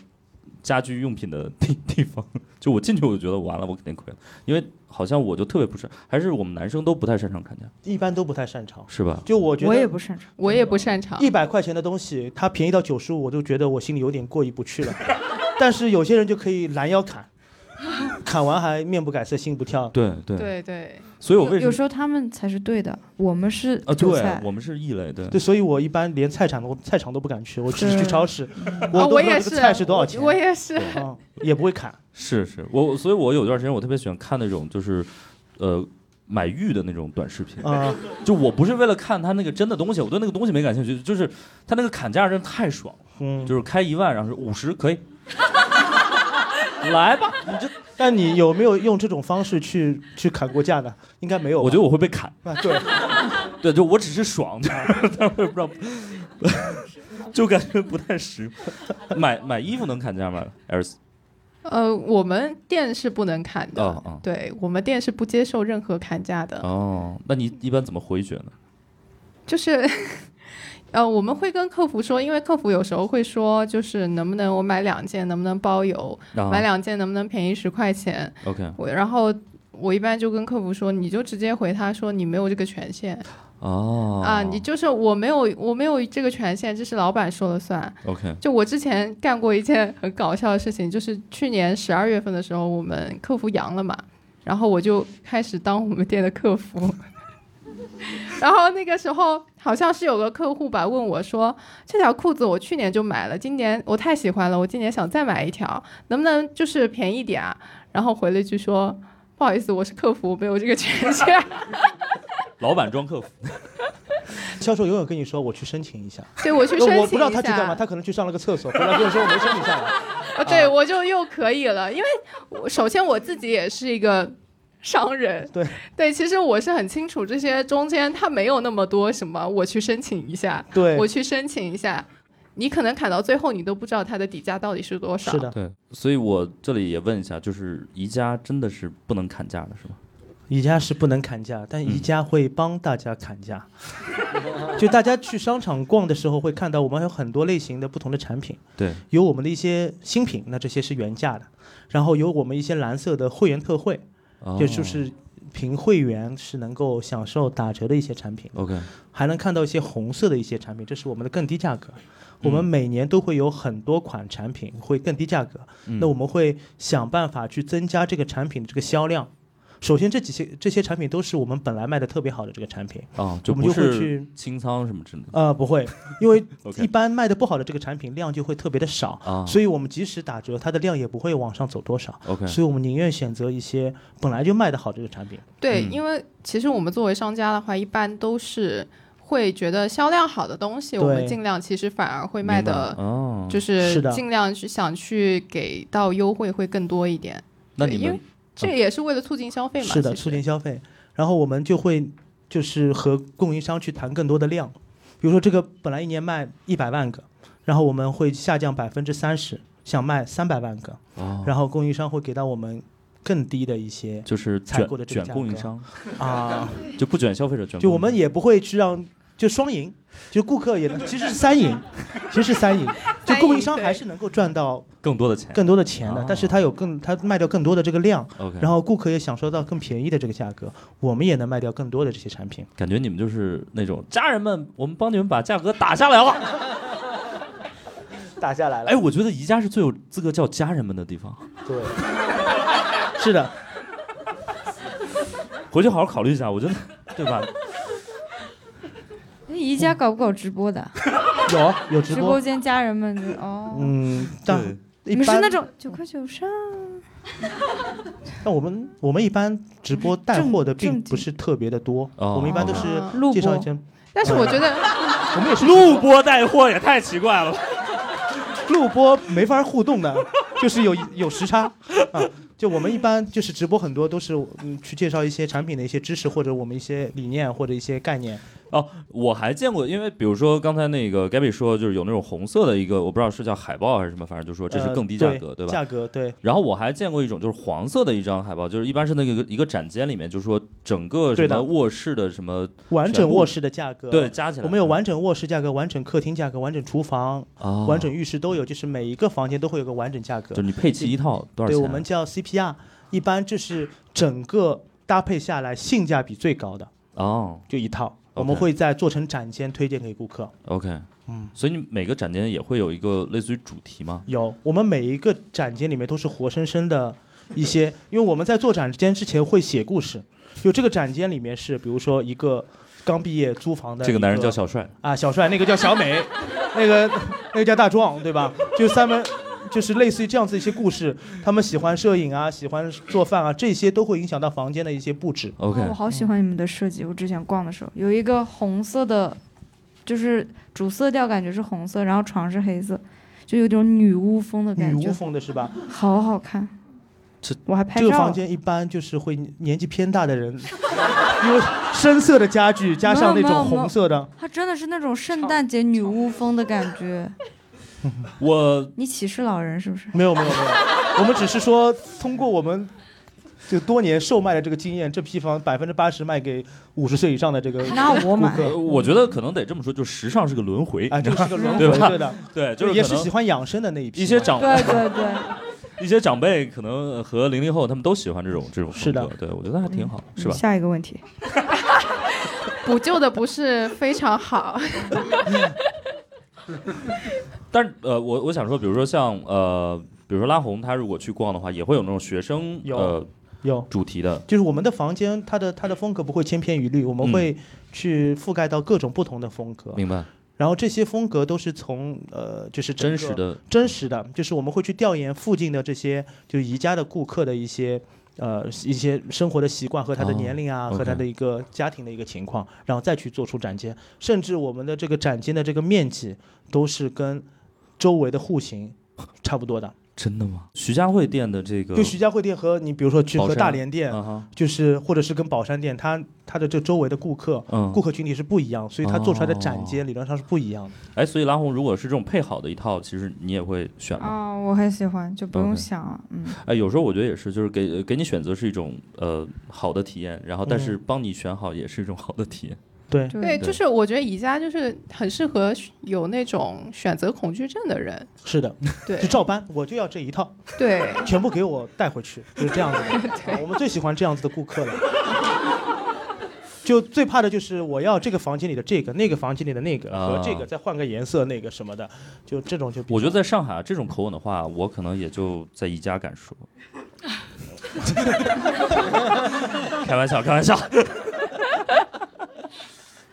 [SPEAKER 1] 家居用品的地 地方，就我进去我就觉得完了，我肯定亏了，因为好像我就特别不擅，还是我们男生都不太擅长砍价，
[SPEAKER 4] 一般都不太擅长。
[SPEAKER 1] 是吧？
[SPEAKER 4] 就我觉
[SPEAKER 3] 我也
[SPEAKER 4] 得
[SPEAKER 3] 不擅长，
[SPEAKER 2] 我也不擅长
[SPEAKER 4] 嗯一百块钱的东西，它便宜到九十五，我就觉得我心里有点过意不去了。 但是有些人就可以拦腰砍，砍完还面不改色心不跳。
[SPEAKER 1] 对对，
[SPEAKER 2] 对对，
[SPEAKER 1] 所以我
[SPEAKER 3] 有
[SPEAKER 1] 为什
[SPEAKER 3] 有
[SPEAKER 1] 么
[SPEAKER 3] 时候他们才是对的，我们是
[SPEAKER 1] 啊？
[SPEAKER 3] 韭
[SPEAKER 1] 对
[SPEAKER 3] 菜，。
[SPEAKER 1] 我们是异类，对
[SPEAKER 4] 对，所以我一般连菜场都菜场都不敢去，我只是去
[SPEAKER 3] 对
[SPEAKER 4] 超市，
[SPEAKER 2] 啊
[SPEAKER 4] 都
[SPEAKER 2] 我
[SPEAKER 4] 不知道
[SPEAKER 2] 也是，
[SPEAKER 4] 这个菜是多少钱，
[SPEAKER 2] 我也是。
[SPEAKER 4] 嗯也不会砍。
[SPEAKER 1] 是是，我所以，我有段时间我特别喜欢看那种就是，呃。买玉的那种短视频，
[SPEAKER 4] 啊，
[SPEAKER 1] 就我不是为了看他那个真的东西，我对那个东西没感兴趣，就是他那个砍价真的太爽了，
[SPEAKER 4] 嗯，
[SPEAKER 1] 就是开一万，然后说五十可以，来吧，你这
[SPEAKER 4] 但你有没有用这种方式去去砍过价呢？应该没有吧。
[SPEAKER 1] 我觉得我会被砍，
[SPEAKER 4] 得啊，对，
[SPEAKER 1] 对，就我只是爽， 但我也不知道，就感觉不太实。买买衣服能砍价吗？L
[SPEAKER 2] 呃，我们店是不能砍的，
[SPEAKER 1] 哦哦
[SPEAKER 2] 对我们店是不接受任何砍价的。
[SPEAKER 1] 哦，那你一般怎么回绝呢？
[SPEAKER 2] 就是， 呃，我们会跟客服说，因为客服有时候会说，就是能不能我买两件，能不能包邮？
[SPEAKER 1] 啊
[SPEAKER 2] 买两件能不能便宜十块钱？
[SPEAKER 1] OK
[SPEAKER 2] 我然后我一般就跟客服说，你就直接回他说你没有这个权限、
[SPEAKER 1] 哦
[SPEAKER 2] 啊，你就是我没有我没有这个权限，这是老板说了算。
[SPEAKER 1] OK
[SPEAKER 2] 就我之前干过一件很搞笑的事情，就是去年十二月份的时候，我们客服阳了嘛，然后我就开始当我们店的客服。 然后那个时候好像是有个客户吧，问我说：“这条裤子我去年就买了，今年我太喜欢了，我今年想再买一条，能不能就是便宜点啊？”然后回了一句说：“ 不好意思，我是客服，没有这个权限。”
[SPEAKER 1] 老板装客服，
[SPEAKER 4] 销售永远跟你说我去申请一下，
[SPEAKER 2] 对我去
[SPEAKER 4] 呃
[SPEAKER 2] 申请
[SPEAKER 4] 我不知道他
[SPEAKER 2] 一
[SPEAKER 4] 去干嘛，
[SPEAKER 2] 下
[SPEAKER 4] 他可能去上了个厕所，回来跟我说我没申请下来。
[SPEAKER 2] 哦，对，
[SPEAKER 4] 啊
[SPEAKER 2] 我就又可以了，因为我首先我自己也是一个商人，
[SPEAKER 4] 对
[SPEAKER 2] 对，其实我是很清楚这些中间它没有那么多什么，我去申请一下，
[SPEAKER 4] 对
[SPEAKER 2] 我去申请一下，你可能砍到最后你都不知道它的底价到底是多少，
[SPEAKER 4] 是的，
[SPEAKER 1] 对，所以我这里也问一下，就是宜家真的是不能砍价的，是吗？
[SPEAKER 4] 宜家是不能砍价，
[SPEAKER 1] 嗯
[SPEAKER 4] 但宜家会帮大家砍 价。就大家去商场逛的时候，会看到我们有很多类型的不同的产品，
[SPEAKER 1] 对，
[SPEAKER 4] 有我们的一些新品，那这些是原价的，然后有我们一些蓝色的会员特惠，
[SPEAKER 1] 哦
[SPEAKER 4] 也就是凭会员是能够享受打折的一些产品，
[SPEAKER 1] OK，
[SPEAKER 4] 还能看到一些红色的一些产品，这是我们的更低价格。
[SPEAKER 1] 嗯
[SPEAKER 4] 我们每年都会有很多款产品会更低价格，
[SPEAKER 1] 嗯
[SPEAKER 4] 那我们会想办法去增加这个产品的这个销量。首先，这几些这些产品都是我们本来卖的特别好的这个 产品，
[SPEAKER 1] 哦，就
[SPEAKER 4] 我们
[SPEAKER 1] 不
[SPEAKER 4] 就会
[SPEAKER 1] 是
[SPEAKER 4] 去
[SPEAKER 1] 清仓什么之类的。
[SPEAKER 4] 呃，不会，因为
[SPEAKER 1] OK
[SPEAKER 4] 一般卖的不好的这个产品量就会特别的少，
[SPEAKER 1] 啊
[SPEAKER 4] 所以我们即使打折，它的量也不会往上走多少。
[SPEAKER 1] OK，
[SPEAKER 4] 所以我们宁愿选择一些本来就卖的好这个产品。
[SPEAKER 2] 对，
[SPEAKER 1] 嗯
[SPEAKER 2] 因为其实我们作为商家的话，一般都是会觉得销量好的东西，我们
[SPEAKER 4] 对嗯
[SPEAKER 2] 尽量其实反而会卖的，
[SPEAKER 1] 哦，
[SPEAKER 2] 就是
[SPEAKER 4] 是的
[SPEAKER 2] 尽量去想去给到优惠会更多一点。
[SPEAKER 1] 那
[SPEAKER 2] 对
[SPEAKER 1] 你
[SPEAKER 2] 因
[SPEAKER 1] 们
[SPEAKER 2] 为这也是为了促进消费嘛，
[SPEAKER 4] 嗯是的，
[SPEAKER 2] 其实
[SPEAKER 4] 促进消费。然后我们就会就是和供应商去谈更多的量，比如说这个本来一年卖一百万个，然后我们会下降百分之三十，想卖三百万个，
[SPEAKER 1] 哦
[SPEAKER 4] 然后供应商会给到我们更低的一些
[SPEAKER 1] 就是
[SPEAKER 4] 采
[SPEAKER 1] 卷
[SPEAKER 4] 购的这个
[SPEAKER 1] 卷
[SPEAKER 4] 价
[SPEAKER 1] 供应
[SPEAKER 4] 格
[SPEAKER 1] 商，
[SPEAKER 4] 啊，
[SPEAKER 1] 就不卷消费者，卷
[SPEAKER 4] 就
[SPEAKER 1] 供
[SPEAKER 4] 我
[SPEAKER 1] 应
[SPEAKER 4] 们
[SPEAKER 1] 商
[SPEAKER 4] 也不会去让就双赢，就顾客也能其实是三赢，其实是 三赢，就供应商还是能够赚到
[SPEAKER 1] 更多的钱。
[SPEAKER 4] 更多的钱的
[SPEAKER 1] 哦，
[SPEAKER 4] 但是他有更他卖掉更多的这个量，
[SPEAKER 1] OK，
[SPEAKER 4] 然后顾客也享受到更便宜的这个价格，我们也能卖掉更多的这些产品。
[SPEAKER 1] 感觉你们就是那种家人们，我们帮你们把价格打下来了。
[SPEAKER 4] 打下来了。
[SPEAKER 1] 哎，我觉得宜家是最有资格叫家人们的地方，
[SPEAKER 4] 对，是的，
[SPEAKER 1] 回去好好考虑一下，我觉得，对吧？
[SPEAKER 3] 那宜家搞不搞直播的？
[SPEAKER 4] 有有直
[SPEAKER 3] 直
[SPEAKER 4] 播
[SPEAKER 3] 播，间家人们就哦，
[SPEAKER 4] 嗯，但一
[SPEAKER 3] 你们是
[SPEAKER 4] 般
[SPEAKER 3] 那种九块九上
[SPEAKER 4] 但我们我们一般直播带货的
[SPEAKER 3] 正
[SPEAKER 4] 并不是特别的多，
[SPEAKER 1] 哦
[SPEAKER 4] 我们一般都是
[SPEAKER 2] 啊
[SPEAKER 3] 录
[SPEAKER 4] 介绍
[SPEAKER 3] 播
[SPEAKER 4] 一，些，
[SPEAKER 2] 但是我觉得，
[SPEAKER 4] 我们也是
[SPEAKER 1] 录播带货也太奇怪了。
[SPEAKER 4] 录播没法互动的， 就是有有时差啊。就我们一般就是直播很多都是嗯去介绍一些产品的一些知识或者我们一些理念或者一些概念，
[SPEAKER 1] 哦，我还见过，因为比如说刚才那个 Gabby 说，就是有那种红色的一个，我不知道是叫海报还是什么，反正就说这是
[SPEAKER 4] 呃
[SPEAKER 1] 更低价格，对
[SPEAKER 4] 对
[SPEAKER 1] 吧？
[SPEAKER 4] 价格对，
[SPEAKER 1] 然后我还见过一种就是黄色的一张海报，就是一般是那个一个展间里面，就说整个什
[SPEAKER 4] 对
[SPEAKER 1] 么
[SPEAKER 4] 的
[SPEAKER 1] 卧室的什么
[SPEAKER 4] 完
[SPEAKER 1] 全
[SPEAKER 4] 整
[SPEAKER 1] 部
[SPEAKER 4] 卧室的价格
[SPEAKER 1] 对。加起来，嗯
[SPEAKER 4] 我们有完整卧室价格、完整客厅价格、完整厨房、
[SPEAKER 1] 啊
[SPEAKER 4] 完整浴室都有，就是每一个房间都会有个完整价格
[SPEAKER 1] 就是。你配齐一套多少钱？啊
[SPEAKER 4] 对，我们叫 CPR，一般就是整个搭配下来性价比最高的
[SPEAKER 1] 哦
[SPEAKER 4] 就一套，
[SPEAKER 1] OK
[SPEAKER 4] 我们会再做成展间推荐给顾客。
[SPEAKER 1] ，OK，
[SPEAKER 4] 嗯，
[SPEAKER 1] 所以你每个展间也会有一个类似于主题吗？
[SPEAKER 4] 有，我们每一个展间里面都是活生生的一些，因为我们在做展间之前会写故事，就这个展间里面是，比如说一个刚毕业租房的
[SPEAKER 1] 这
[SPEAKER 4] 一
[SPEAKER 1] 个
[SPEAKER 4] 个
[SPEAKER 1] 男人叫小帅，
[SPEAKER 4] 啊，小帅，那个叫小 美，那个那个叫大壮，对吧？就三门，就是类似于这样子一些故事，他们喜欢摄影啊，喜欢做饭啊，这些都会影响到房间的一些布置。
[SPEAKER 1] OK，
[SPEAKER 3] 哦我好喜欢你们的设计。我之前逛的时候，有一个红色的，就是主色调感觉是红色，然后床是黑色，就有种女巫风的
[SPEAKER 4] 女
[SPEAKER 3] 感
[SPEAKER 4] 巫
[SPEAKER 3] 觉，
[SPEAKER 4] 风的是吧？
[SPEAKER 3] 好好看
[SPEAKER 1] 这。
[SPEAKER 3] 我还拍
[SPEAKER 4] 这个
[SPEAKER 3] 照
[SPEAKER 4] 房
[SPEAKER 3] 了。
[SPEAKER 4] 间一般就是会年纪偏大的人，因为深色的家具加上那
[SPEAKER 3] 没有没有
[SPEAKER 4] 种红色的，
[SPEAKER 3] 它真的是那种圣诞节女巫风的感觉。
[SPEAKER 1] 我
[SPEAKER 3] 你歧视老人是不是？
[SPEAKER 4] 没有没有没有，我们只是说通过我们。就多年售卖的这个经验，这批房百分之八十卖给五十岁以上的这个
[SPEAKER 3] 那我买
[SPEAKER 4] 顾客
[SPEAKER 1] 我觉得可能得这么说，就时尚是个轮回，
[SPEAKER 4] 啊，
[SPEAKER 1] 你知道
[SPEAKER 4] 这
[SPEAKER 1] 吗
[SPEAKER 4] 是个轮
[SPEAKER 1] 对
[SPEAKER 4] 回，
[SPEAKER 1] 吧
[SPEAKER 4] 对的，
[SPEAKER 1] 对，就是
[SPEAKER 4] 也
[SPEAKER 1] 可
[SPEAKER 4] 是
[SPEAKER 1] 能
[SPEAKER 4] 喜欢养生的那一批嘛，
[SPEAKER 1] 一些长
[SPEAKER 3] 对啊对对，
[SPEAKER 1] 一些长辈可能和零零后他们都喜欢这种这种风
[SPEAKER 4] 是的嗯
[SPEAKER 1] 格，对我觉得还挺好，是吧？
[SPEAKER 3] 下一个问题，
[SPEAKER 2] 补救的不是非常好，
[SPEAKER 1] 但是呃，我我想说，比如说像呃，比如说拉红，他如果去逛的话，也会有那种学生
[SPEAKER 4] 有
[SPEAKER 1] 呃
[SPEAKER 4] 有，
[SPEAKER 1] 主题的。
[SPEAKER 4] 就是我们的房间，它的它的风格不会千篇一律，我们
[SPEAKER 1] 嗯
[SPEAKER 4] 会去覆盖到各种不同的风格，
[SPEAKER 1] 明白，
[SPEAKER 4] 然后这些风格都是从呃，就是整
[SPEAKER 1] 真
[SPEAKER 4] 个
[SPEAKER 1] 实的
[SPEAKER 4] 真实的，就是我们会去调研附近的这些就是宜家的顾客的一些呃一些生活的习惯和他的年龄啊，
[SPEAKER 1] 哦
[SPEAKER 4] 和他
[SPEAKER 1] OK
[SPEAKER 4] 的一个家庭的一个情况，然后再去做出展间，甚至我们的这个展间的这个面积都是跟周围的户型差不多的。
[SPEAKER 1] 真的吗？徐家汇店的这个
[SPEAKER 4] 就徐家汇店和你比如说去
[SPEAKER 1] 宝
[SPEAKER 4] 和
[SPEAKER 1] 山
[SPEAKER 4] 大连店，
[SPEAKER 1] 啊哈
[SPEAKER 4] 就是或者是跟宝山店，它它的这周围的顾客、
[SPEAKER 1] 嗯
[SPEAKER 4] 顾客群体是不一样，所以它做出来的
[SPEAKER 1] 哦
[SPEAKER 4] 展间理论上是不一样的。
[SPEAKER 1] 哎，所以拉红如果是这种配好的一套，其实你也会选吗？
[SPEAKER 3] 啊、我很喜欢，就不
[SPEAKER 1] OK
[SPEAKER 3] 用想了嗯，
[SPEAKER 1] 哎，有时候我觉得也是，就是给呃给你选择是一种呃好的体验，然后但
[SPEAKER 4] 嗯
[SPEAKER 1] 是帮你选好也是一种好的体验。
[SPEAKER 4] 对，
[SPEAKER 3] 就
[SPEAKER 2] 对，
[SPEAKER 1] 对
[SPEAKER 2] 就是我觉得宜家就是很适合有那种选择恐惧症的人，
[SPEAKER 4] 是的，
[SPEAKER 2] 对
[SPEAKER 4] 就 照搬，我就要这一套，
[SPEAKER 2] 对，
[SPEAKER 4] 全部给我带回去，就是这样子 的。啊我们最喜欢这样子的顾客了。就最怕的就是我要这个房间里的这个，那个房间里的那个，和这
[SPEAKER 1] 啊
[SPEAKER 4] 个再换个颜色，那个什么的，就这种就比较。
[SPEAKER 1] 我觉得在上海啊这种口吻的话，我可能也就在宜家敢说。 开玩笑，开玩笑。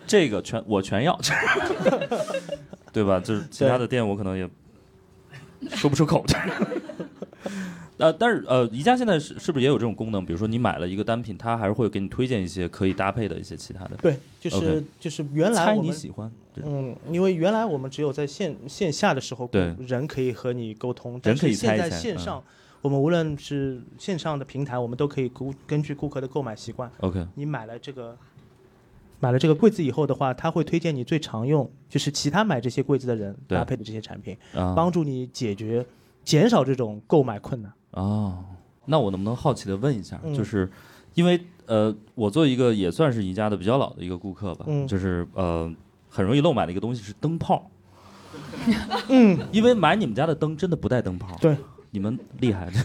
[SPEAKER 1] 这个全我全要， 对吧？就是其他的店我可能也说不出口。呃，但是呃，宜家现在是是不是也有这种功能？比如说你买了一个单品，它还是会给你推荐一些可以搭配的一些其他的。
[SPEAKER 4] 对，就是
[SPEAKER 1] OK
[SPEAKER 4] 就是原来
[SPEAKER 1] 猜
[SPEAKER 4] 我
[SPEAKER 1] 你
[SPEAKER 4] 们
[SPEAKER 1] 喜欢，对
[SPEAKER 4] 嗯，因为原来我们只有在线线下的时候，
[SPEAKER 1] 对
[SPEAKER 4] 人可以和你沟通，但
[SPEAKER 1] 可
[SPEAKER 4] 是
[SPEAKER 1] 以猜
[SPEAKER 4] 现
[SPEAKER 1] 一
[SPEAKER 4] 在
[SPEAKER 1] 猜
[SPEAKER 4] 线
[SPEAKER 1] 嗯
[SPEAKER 4] 上，我们无论是线上的平台，我们都可以顾根据顾客的购买习惯，
[SPEAKER 1] OK，
[SPEAKER 4] 你买了这个。买了这个柜子以后的话，他会推荐你最常用，就是其他买这些柜子的人
[SPEAKER 1] 对
[SPEAKER 4] 搭配的这些产品，
[SPEAKER 1] 啊
[SPEAKER 4] 帮助你解决、减少这种购买困难。
[SPEAKER 1] 哦，那我能不能好奇的问一下，
[SPEAKER 4] 嗯
[SPEAKER 1] 就是因为呃，我作为一个也算是宜家的比较老的一个顾客吧，
[SPEAKER 4] 嗯
[SPEAKER 1] 就是呃，很容易漏买的一个东西是灯泡，
[SPEAKER 4] 嗯，
[SPEAKER 1] 因为买你们家的灯真的不带灯泡，
[SPEAKER 4] 对，
[SPEAKER 1] 你们厉害。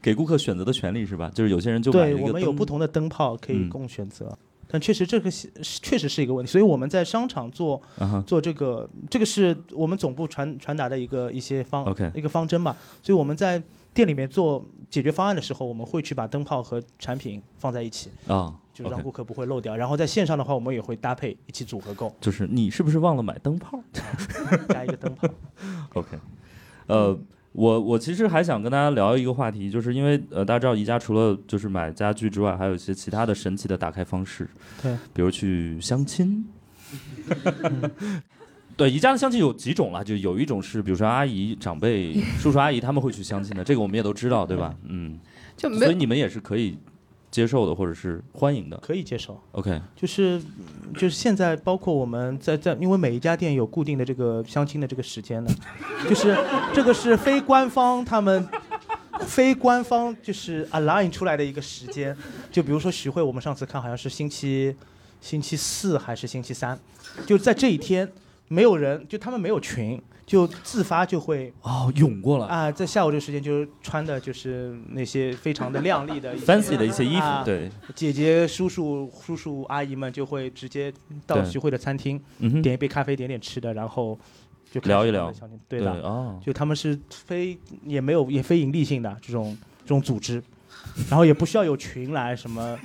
[SPEAKER 1] 给顾客选择的权利是吧？就是有些人就买了
[SPEAKER 4] 对
[SPEAKER 1] 一个
[SPEAKER 4] 我们有
[SPEAKER 1] 灯
[SPEAKER 4] 不同的灯泡可以
[SPEAKER 1] 嗯
[SPEAKER 4] 供选择，但确实这个是确实是一个问题，所以我们在商场做
[SPEAKER 1] 啊哈
[SPEAKER 4] 做这个，这个是我们总部传传达的一个一些方
[SPEAKER 1] OK
[SPEAKER 4] 一个方针吧。所以我们在店里面做解决方案的时候，我们会去把灯泡和产品放在一起，
[SPEAKER 1] 啊
[SPEAKER 4] 就是让
[SPEAKER 1] ，OK，
[SPEAKER 4] 顾客不会漏掉。然后在线上的话，我们也会搭配一起组合购，
[SPEAKER 1] 就是你是不是忘了买灯泡？
[SPEAKER 4] 加一个灯泡。
[SPEAKER 1] OK，呃，我我其实还想跟大家聊一个话题，就是因为呃，大家知道宜家除了就是买家具之外，还有一些其他的神奇的打开方式，
[SPEAKER 4] 对，
[SPEAKER 1] 比如去相亲。 对宜家的相亲有几种啦，就有一种是，比如说阿姨、长辈、叔叔阿姨他们会去相亲的，这个我们也都知道，对吧？嗯，
[SPEAKER 2] 就没
[SPEAKER 1] 所以
[SPEAKER 2] 有
[SPEAKER 1] 你们也是可以接受的，或者是欢迎的。
[SPEAKER 4] 可以接受。
[SPEAKER 1] OK，
[SPEAKER 4] 就是嗯就是现在，包括我们在在，因为每一家店有固定的这个相亲的这个时间的，就是这个是非官方他们。非官方就是 align 出来的一个时间，就比如说徐汇，我们上次看好像是星期星期四还是星期三，就在这一天，没有人，就他们没有群，就自发就会
[SPEAKER 1] 哦，涌过来、
[SPEAKER 4] 啊、在下午这个时间就是穿的就是那些非常的靓丽的一些
[SPEAKER 1] f a n c y 的一些衣服，
[SPEAKER 4] 啊
[SPEAKER 1] 对，
[SPEAKER 4] 姐姐、叔叔、叔叔、阿姨们就会直接到
[SPEAKER 1] 对
[SPEAKER 4] 徐汇的餐厅
[SPEAKER 1] 嗯哼，
[SPEAKER 4] 点一杯咖啡，点点吃的，然后就开始
[SPEAKER 1] 聊一聊
[SPEAKER 4] 他们的相亲对
[SPEAKER 1] 对
[SPEAKER 4] 的，
[SPEAKER 1] 哦，
[SPEAKER 4] 就他们是非也没有也非盈利性的这种这种组织，然后也不需要有群来 什么，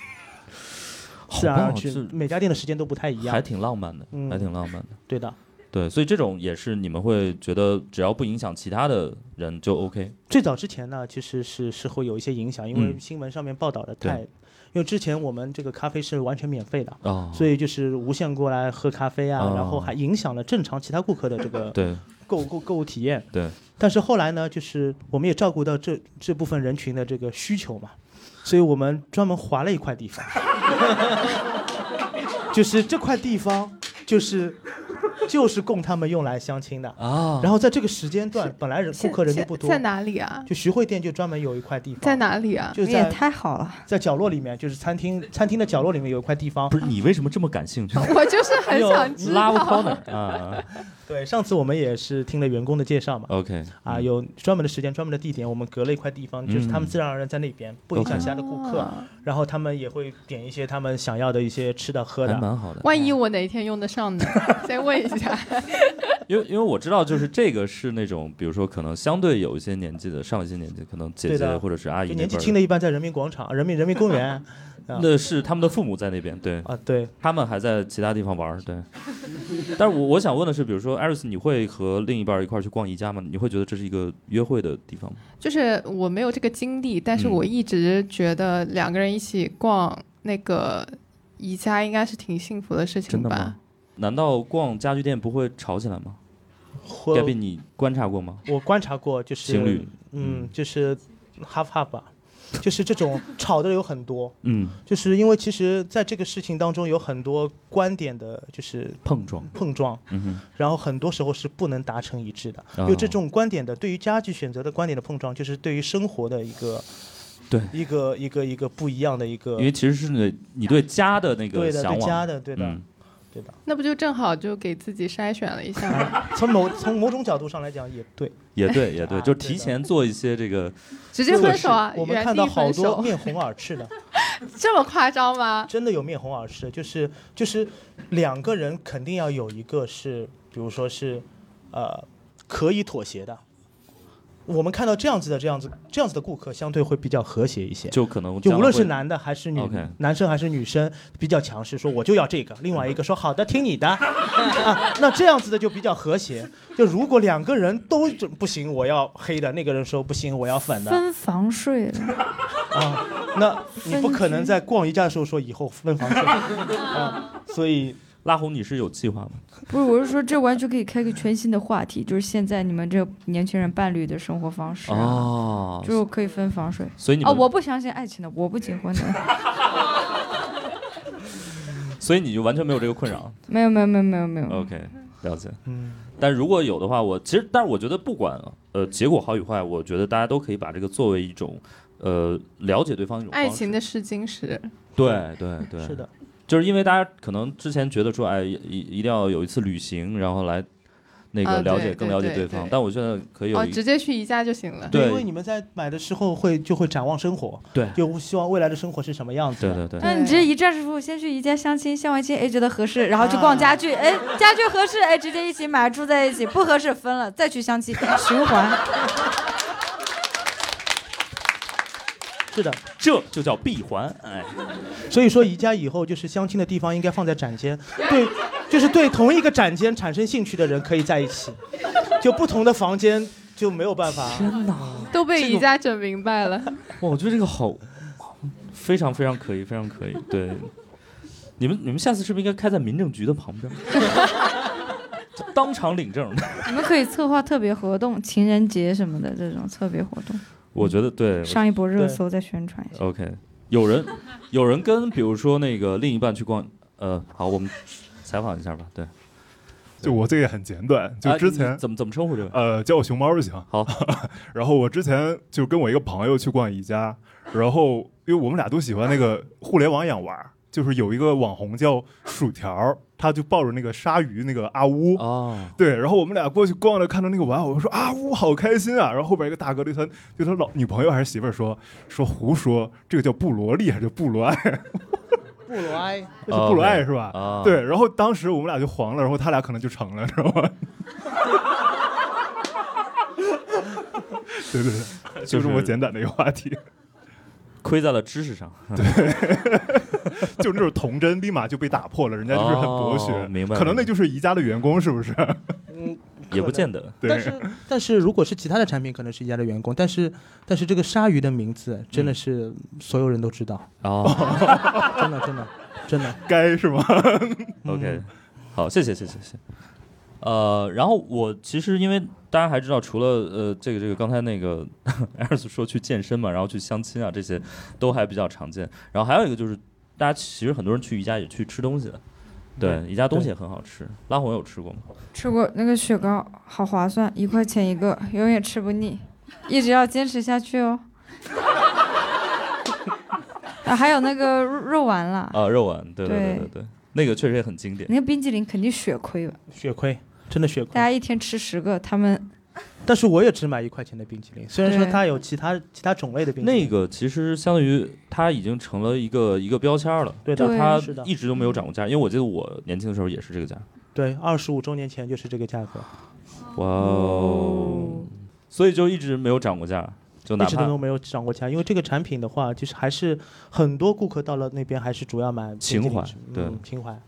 [SPEAKER 1] 好
[SPEAKER 4] 自然而
[SPEAKER 1] 棒
[SPEAKER 4] 去
[SPEAKER 1] 是
[SPEAKER 4] 每家店的时间都不太一
[SPEAKER 1] 还
[SPEAKER 4] 样。
[SPEAKER 1] 挺浪漫的，
[SPEAKER 4] 嗯
[SPEAKER 1] 还挺浪漫的。
[SPEAKER 4] 对的，
[SPEAKER 1] 对，所以这种也是你们会觉得只要不影响其他的人就 OK。
[SPEAKER 4] 最早之前呢，其实是是会有一些影响，因为
[SPEAKER 1] 嗯
[SPEAKER 4] 新闻上面报道的
[SPEAKER 1] 对
[SPEAKER 4] 太，因为之前我们这个咖啡是完全免费的。
[SPEAKER 1] 哦，
[SPEAKER 4] 所以就是无限过来喝咖啡啊，
[SPEAKER 1] 哦
[SPEAKER 4] 然后还影响了正常其他顾客的这个
[SPEAKER 1] 对
[SPEAKER 4] 购购购物体验。
[SPEAKER 1] 对，
[SPEAKER 4] 但是后来呢，就是我们也照顾到这这部分人群的这个需求嘛，所以我们专门划了一块地方， 就是这块地方就是就是供他们用来相亲的。
[SPEAKER 1] 啊，
[SPEAKER 4] 然后在这个时间段，本来人顾客人就不多
[SPEAKER 2] 在，哪里啊？
[SPEAKER 4] 就徐汇店就专门有一块地方，
[SPEAKER 2] 在？哪里啊？
[SPEAKER 4] 就
[SPEAKER 3] 也
[SPEAKER 4] 在
[SPEAKER 3] 太好了，
[SPEAKER 4] 在角落里面，就是餐厅餐厅的角落里面有一块地方
[SPEAKER 1] 不。是你为什么这么感兴趣
[SPEAKER 2] 我就是很想知
[SPEAKER 1] ？Love
[SPEAKER 2] 道。
[SPEAKER 1] Corner 啊
[SPEAKER 4] 对，上次我们也是听了员工的介绍嘛，
[SPEAKER 1] ，OK
[SPEAKER 4] 啊，
[SPEAKER 1] 嗯
[SPEAKER 4] 有专门的时间、专门的地点，我们隔了一块地方，就是他们自然而然在那边，不影响
[SPEAKER 1] OK
[SPEAKER 4] 其他的顾客。
[SPEAKER 2] 啊
[SPEAKER 4] 然后他们也会点一些他们想要的一些吃的喝
[SPEAKER 1] 还
[SPEAKER 4] 的。
[SPEAKER 1] 蛮好的。
[SPEAKER 4] 哎
[SPEAKER 2] 万一我哪一天用得上呢？ 先问一下。
[SPEAKER 1] 因为因为我知道，就是这个是那种，比如说可能相对有一些年纪的，上一些年纪，可能姐
[SPEAKER 4] 对
[SPEAKER 1] 姐
[SPEAKER 4] 的
[SPEAKER 1] 或者是阿姨
[SPEAKER 4] 就
[SPEAKER 1] 那
[SPEAKER 4] 年纪
[SPEAKER 1] 辈儿
[SPEAKER 4] 啊轻的，一般在人民广场、人民人民公园，啊
[SPEAKER 1] 那是他们的父母在那边，对，
[SPEAKER 4] 啊，对，
[SPEAKER 1] 他们还在其他地方玩儿，对。但是我我想问的是，比如说艾瑞斯，你会和另一半儿一块儿去逛宜家吗？你会觉得这是一个约会的地方吗？
[SPEAKER 2] 就是我没有这个经历，但是
[SPEAKER 1] 嗯
[SPEAKER 2] 我一直觉得两个人一起逛那个宜家应该是挺幸福的事情
[SPEAKER 1] 真的
[SPEAKER 2] 吧
[SPEAKER 1] 吗？？难道逛家具店不会吵起来吗？
[SPEAKER 4] 或
[SPEAKER 1] 盖比，你观察过吗？
[SPEAKER 4] 我观察过，就是
[SPEAKER 1] 情侣，
[SPEAKER 4] 嗯，就是 half half 吧，就是这种吵的有很多，
[SPEAKER 1] 嗯，
[SPEAKER 4] 就是因为其实在这个事情当中有很多观点的，就是
[SPEAKER 1] 碰撞，
[SPEAKER 4] 碰撞，
[SPEAKER 1] 嗯哼，
[SPEAKER 4] 然后很多时候是不能达成一致的。
[SPEAKER 1] 哦
[SPEAKER 4] 因为这种观点的对于家具选择的观点的碰撞，就是对于生活的一个
[SPEAKER 1] 对
[SPEAKER 4] 一个一个一个不一样的一个
[SPEAKER 1] 因为其实是你你对家的那个
[SPEAKER 4] 对的
[SPEAKER 1] 向
[SPEAKER 4] 对
[SPEAKER 1] 往，
[SPEAKER 4] 家的对的、
[SPEAKER 1] 嗯，
[SPEAKER 4] 对的。
[SPEAKER 2] 那不就正好就给自己筛选了一 下吗？
[SPEAKER 4] 从某从某种角度上来讲也对，
[SPEAKER 1] 也 对也对，
[SPEAKER 4] 啊
[SPEAKER 1] 就
[SPEAKER 4] 对
[SPEAKER 1] 提
[SPEAKER 4] 的
[SPEAKER 1] 前做一些这个，
[SPEAKER 2] 直接分手啊，
[SPEAKER 4] 我们
[SPEAKER 2] 原
[SPEAKER 4] 看到
[SPEAKER 2] 地
[SPEAKER 4] 好
[SPEAKER 2] 分
[SPEAKER 4] 多
[SPEAKER 2] 手，
[SPEAKER 4] 面红耳赤的，
[SPEAKER 2] 这么夸张吗？
[SPEAKER 4] 真的有面红耳赤，就是就是两个人肯定要有一个是，比如说是，呃，可以妥协的。我们看到这样子的这样子这样子的顾客，相对会比较和谐一些。
[SPEAKER 1] 就可能
[SPEAKER 4] 就
[SPEAKER 1] 将
[SPEAKER 4] 无论
[SPEAKER 1] 来
[SPEAKER 4] 是
[SPEAKER 1] 会
[SPEAKER 4] 男的还是女
[SPEAKER 1] OK
[SPEAKER 4] 男生还是女生，比较强势，说我就要这个；另外一个说好的，听你的 啊。那这样子的就比较和谐。就如果两个人都不行，我要黑的；那个人说不行，我要粉的。
[SPEAKER 3] 分房睡了，
[SPEAKER 4] 啊，那你不可能在逛宜家的时候说以后分房睡啊，所以
[SPEAKER 1] 拉红，你是有计划吗？
[SPEAKER 3] 不是，我是说这完全可以开个全新的话题，就是现在你们这年轻人伴侣的生活方式啊、
[SPEAKER 1] 哦
[SPEAKER 3] 就是可以分房睡。
[SPEAKER 1] 所以你
[SPEAKER 3] 哦，
[SPEAKER 1] 们
[SPEAKER 3] 我不相信爱情的，我不结婚的，
[SPEAKER 1] 所以你就完全没有这个困扰。
[SPEAKER 3] 没有没有没有没有没有，
[SPEAKER 1] OK，了解。
[SPEAKER 4] 嗯，
[SPEAKER 1] 但如果有的话，我其实，但是我觉得不管呃结果好与坏，我觉得大家都可以把这个作为一种呃了解对方的一种
[SPEAKER 2] 爱
[SPEAKER 1] 方式
[SPEAKER 2] 情的试金石，
[SPEAKER 1] 对对对，
[SPEAKER 4] 是，的，
[SPEAKER 1] 就是因为大家可能之前觉得说哎一一定要有一次旅行，然后来那
[SPEAKER 2] 啊
[SPEAKER 1] 个了解、
[SPEAKER 2] 对
[SPEAKER 1] 更
[SPEAKER 2] 对
[SPEAKER 1] 了解
[SPEAKER 2] 对
[SPEAKER 1] 方，
[SPEAKER 2] 对
[SPEAKER 1] 但我觉得可以有
[SPEAKER 2] 哦，
[SPEAKER 1] 一、
[SPEAKER 2] 直接去宜家就行了。
[SPEAKER 1] 对
[SPEAKER 4] 因为你们在买的时候会就会展望生活，
[SPEAKER 1] 对
[SPEAKER 4] 就希望未来的生活是什么样子
[SPEAKER 1] 对
[SPEAKER 4] 的。
[SPEAKER 1] 对对。
[SPEAKER 3] 那你直接一站式服务，先去宜家相亲，相完亲哎觉得合适，然后去逛家具，哎家具合适，哎直接一起买，住在一起，不合适分了，再去相亲，循环。
[SPEAKER 4] 是的，
[SPEAKER 1] 这就叫闭环，哎，
[SPEAKER 4] 所以说宜家以后就是相亲的地方应该放在展间，对，就是对同一个展间产生兴趣的人可以在一起，就不同的房间就没有办法。
[SPEAKER 2] 都被宜家整明白了。
[SPEAKER 1] 哇，我觉得这个好，非常非常可以，非常可以。 对，你们你们下次是不是应该开在民政局的旁 边？当场领证，
[SPEAKER 3] 你们可以策划特别活动，情人节什么的这种特别活动，
[SPEAKER 1] 我觉得对，
[SPEAKER 3] 上一波热搜再宣传一下。
[SPEAKER 1] OK，有人有人跟比如说那个另一半去逛，呃，好，我们采访一下吧。对，
[SPEAKER 8] 就我这个也很简短，就
[SPEAKER 1] 啊
[SPEAKER 8] 之
[SPEAKER 1] 你
[SPEAKER 8] 前、
[SPEAKER 1] 怎么怎么称呼这位？
[SPEAKER 8] 呃叫我熊猫就行。
[SPEAKER 1] 好，
[SPEAKER 8] 然后我之前就跟我一个朋友去逛宜家，然后因为我们俩都喜欢那个互联网养娃儿，就是有一个网红叫薯条儿，他就抱着那个鲨鱼那个阿乌。
[SPEAKER 1] 哦，
[SPEAKER 8] 对，然后我们俩过去逛着，看到那个玩偶，我说啊，呜，好开心啊！然后后边一个大哥对他对他老女朋友还是媳妇儿说说胡说，这个叫布罗利还是布罗爱？
[SPEAKER 4] 布罗埃，
[SPEAKER 8] 那是布罗爱是吧？
[SPEAKER 1] 啊
[SPEAKER 8] 对，然后当时我们俩就黄了，然后他俩可能就成了，知道吗？ 对对
[SPEAKER 1] 就
[SPEAKER 8] 对，就是是我简短的一个话题，
[SPEAKER 1] 亏在了知识上。
[SPEAKER 8] 就是那种童真立马就被打破了，人家就是很博学，
[SPEAKER 1] 哦明白
[SPEAKER 8] 可能
[SPEAKER 1] 明白
[SPEAKER 8] 那就是宜家的员工，是不是？
[SPEAKER 4] 嗯，
[SPEAKER 1] 也不见得，
[SPEAKER 8] 对
[SPEAKER 4] 但是但是如果是其他的产品，可能是宜家的员工，但是但是这个鲨鱼的名字真
[SPEAKER 1] 嗯
[SPEAKER 4] 的是所有人都知道，
[SPEAKER 1] 哦
[SPEAKER 4] 真的真的真 的。
[SPEAKER 8] 该是吗？
[SPEAKER 1] ，OK，好，谢谢，谢谢，谢谢。呃，然后我其实因为大家还知道，除了呃这个这个刚才那个 艾尔斯说去健身嘛，然后去相亲啊，这些都还比较常见。然后还有一个就是，大家其实很多人去宜家也去吃东西的，对，宜家东西也很好吃。拉红有吃过吗？
[SPEAKER 3] 吃过那个雪糕，好划算，一块钱一个，永远吃不腻，一直要坚持下去哦。 啊，还有那个肉肉丸啦，
[SPEAKER 1] 啊，肉丸，对对对
[SPEAKER 3] 对
[SPEAKER 1] 对对，那个确实也很经典。
[SPEAKER 3] 那个冰激凌肯定血亏吧？
[SPEAKER 4] 血亏，真的血
[SPEAKER 3] 大
[SPEAKER 4] 亏。
[SPEAKER 3] 家一天吃十个，他们
[SPEAKER 4] 但是我也只买一块钱的冰淇淋，虽然说
[SPEAKER 3] 对
[SPEAKER 4] 它有其他其他种类的冰淇淋。
[SPEAKER 1] 那个其实相当于它已经成了一个一个标签儿了，
[SPEAKER 4] 对
[SPEAKER 1] 但
[SPEAKER 4] 的，
[SPEAKER 3] 对
[SPEAKER 1] 它
[SPEAKER 4] 是的嗯
[SPEAKER 1] 一直都没有涨过价，因为我记得我年轻的时候也是这个价。
[SPEAKER 4] 对，二十五周年前就是这个价格，
[SPEAKER 1] 哇哦，所以就一直没有涨过价，就
[SPEAKER 4] 一
[SPEAKER 1] 哪
[SPEAKER 4] 直都
[SPEAKER 1] 怕
[SPEAKER 4] 都没有涨过价，因为这个产品的话，就是还是很多顾客到了那边还是主要买
[SPEAKER 1] 情怀
[SPEAKER 4] 电竞饮
[SPEAKER 1] 对
[SPEAKER 4] 食嗯情怀，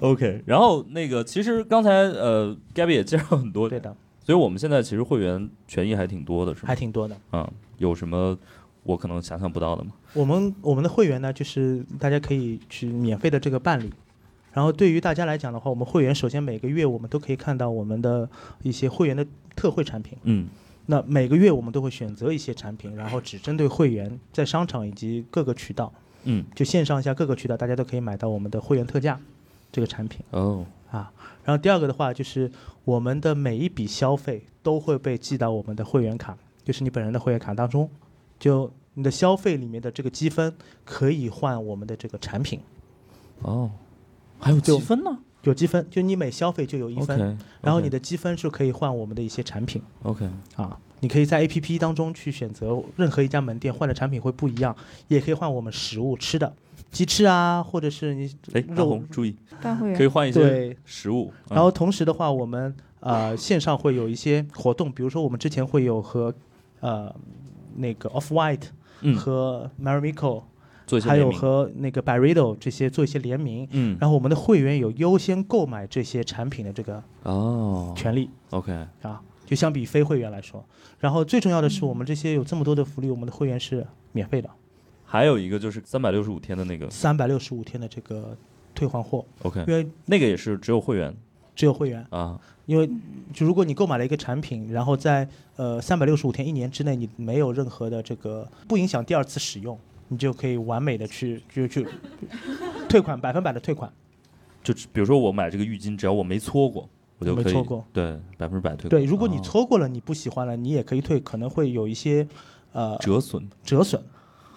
[SPEAKER 1] OK。然后那个其实刚才呃 Gabby 也介绍很多，
[SPEAKER 4] 对的，
[SPEAKER 1] 所以我们现在其实会员权益还挺多的，是吗
[SPEAKER 4] 还？挺多的。
[SPEAKER 1] 嗯，有什么我可能想象不到的吗？
[SPEAKER 4] 我们我们的会员呢，就是大家可以去免费的这个办理。然后对于大家来讲的话，我们会员首先每个月我们都可以看到我们的一些会员的特惠产品。
[SPEAKER 1] 嗯
[SPEAKER 4] 那每个月我们都会选择一些产品，然后只针对会员，在商场以及各个渠道，
[SPEAKER 1] 嗯
[SPEAKER 4] 就线上下各个渠道，大家都可以买到我们的会员特价这个产品。
[SPEAKER 1] 哦
[SPEAKER 4] 啊。然后第二个的话，就是我们的每一笔消费都会被记到我们的会员卡，就是你本人的会员卡当中，就你的消费里面的这个积分可以换我们的这个产品，
[SPEAKER 1] 哦，还有积分呢
[SPEAKER 4] 有积分，就你每消费就有一分
[SPEAKER 1] ？OK，
[SPEAKER 4] 然后你的积分是可以换我们的一些产品
[SPEAKER 1] OK
[SPEAKER 4] 啊。你可以在 APP 当中去选择任何一家门店换的产品会不一样，也可以换我们食物吃的，鸡翅啊，或者是你
[SPEAKER 1] 哎，大
[SPEAKER 4] 肉
[SPEAKER 1] 红注意，
[SPEAKER 3] 办会
[SPEAKER 1] 可以
[SPEAKER 3] 员
[SPEAKER 1] 换一些
[SPEAKER 4] 对
[SPEAKER 1] 食物，嗯
[SPEAKER 4] 然后同时的话，我们呃线上会有一些活动，比如说我们之前会有和呃那个 Off White
[SPEAKER 1] 嗯
[SPEAKER 4] 和 Marimico，、
[SPEAKER 1] 做一些
[SPEAKER 4] 还
[SPEAKER 1] 联
[SPEAKER 4] 有
[SPEAKER 1] 名
[SPEAKER 4] 和那个 Byredo 这些做一些联名。
[SPEAKER 1] 嗯
[SPEAKER 4] 然后我们的会员有优先购买这些产品的这个
[SPEAKER 1] 哦
[SPEAKER 4] 权利、
[SPEAKER 1] OK
[SPEAKER 4] 啊，就相比非会员来说。然后最重要的是，我们这些有这么多的福利，我们的会员是免费的，
[SPEAKER 1] 还有一个就是三百六十五天的那个
[SPEAKER 4] 三百六十五天的这个退换货，
[SPEAKER 1] OK，
[SPEAKER 4] 因为
[SPEAKER 1] 那个也是只有会员
[SPEAKER 4] 只有会员。
[SPEAKER 1] 啊，
[SPEAKER 4] 因为就如果你购买了一个产品，然后在呃三百六十五天一年之内，你没有任何的这个不影响第二次使用，你就可以完美的去就去退款百分百的退款。
[SPEAKER 1] 就只比如说我买这个浴巾，只要我没搓过，我就
[SPEAKER 4] 没
[SPEAKER 1] 可以
[SPEAKER 4] 搓过
[SPEAKER 1] 对百分之百退款。
[SPEAKER 4] 对，如果你
[SPEAKER 1] 哦
[SPEAKER 4] 错过了，你不喜欢了，你也可以退，可能会有一些呃
[SPEAKER 1] 折损，
[SPEAKER 4] 折损，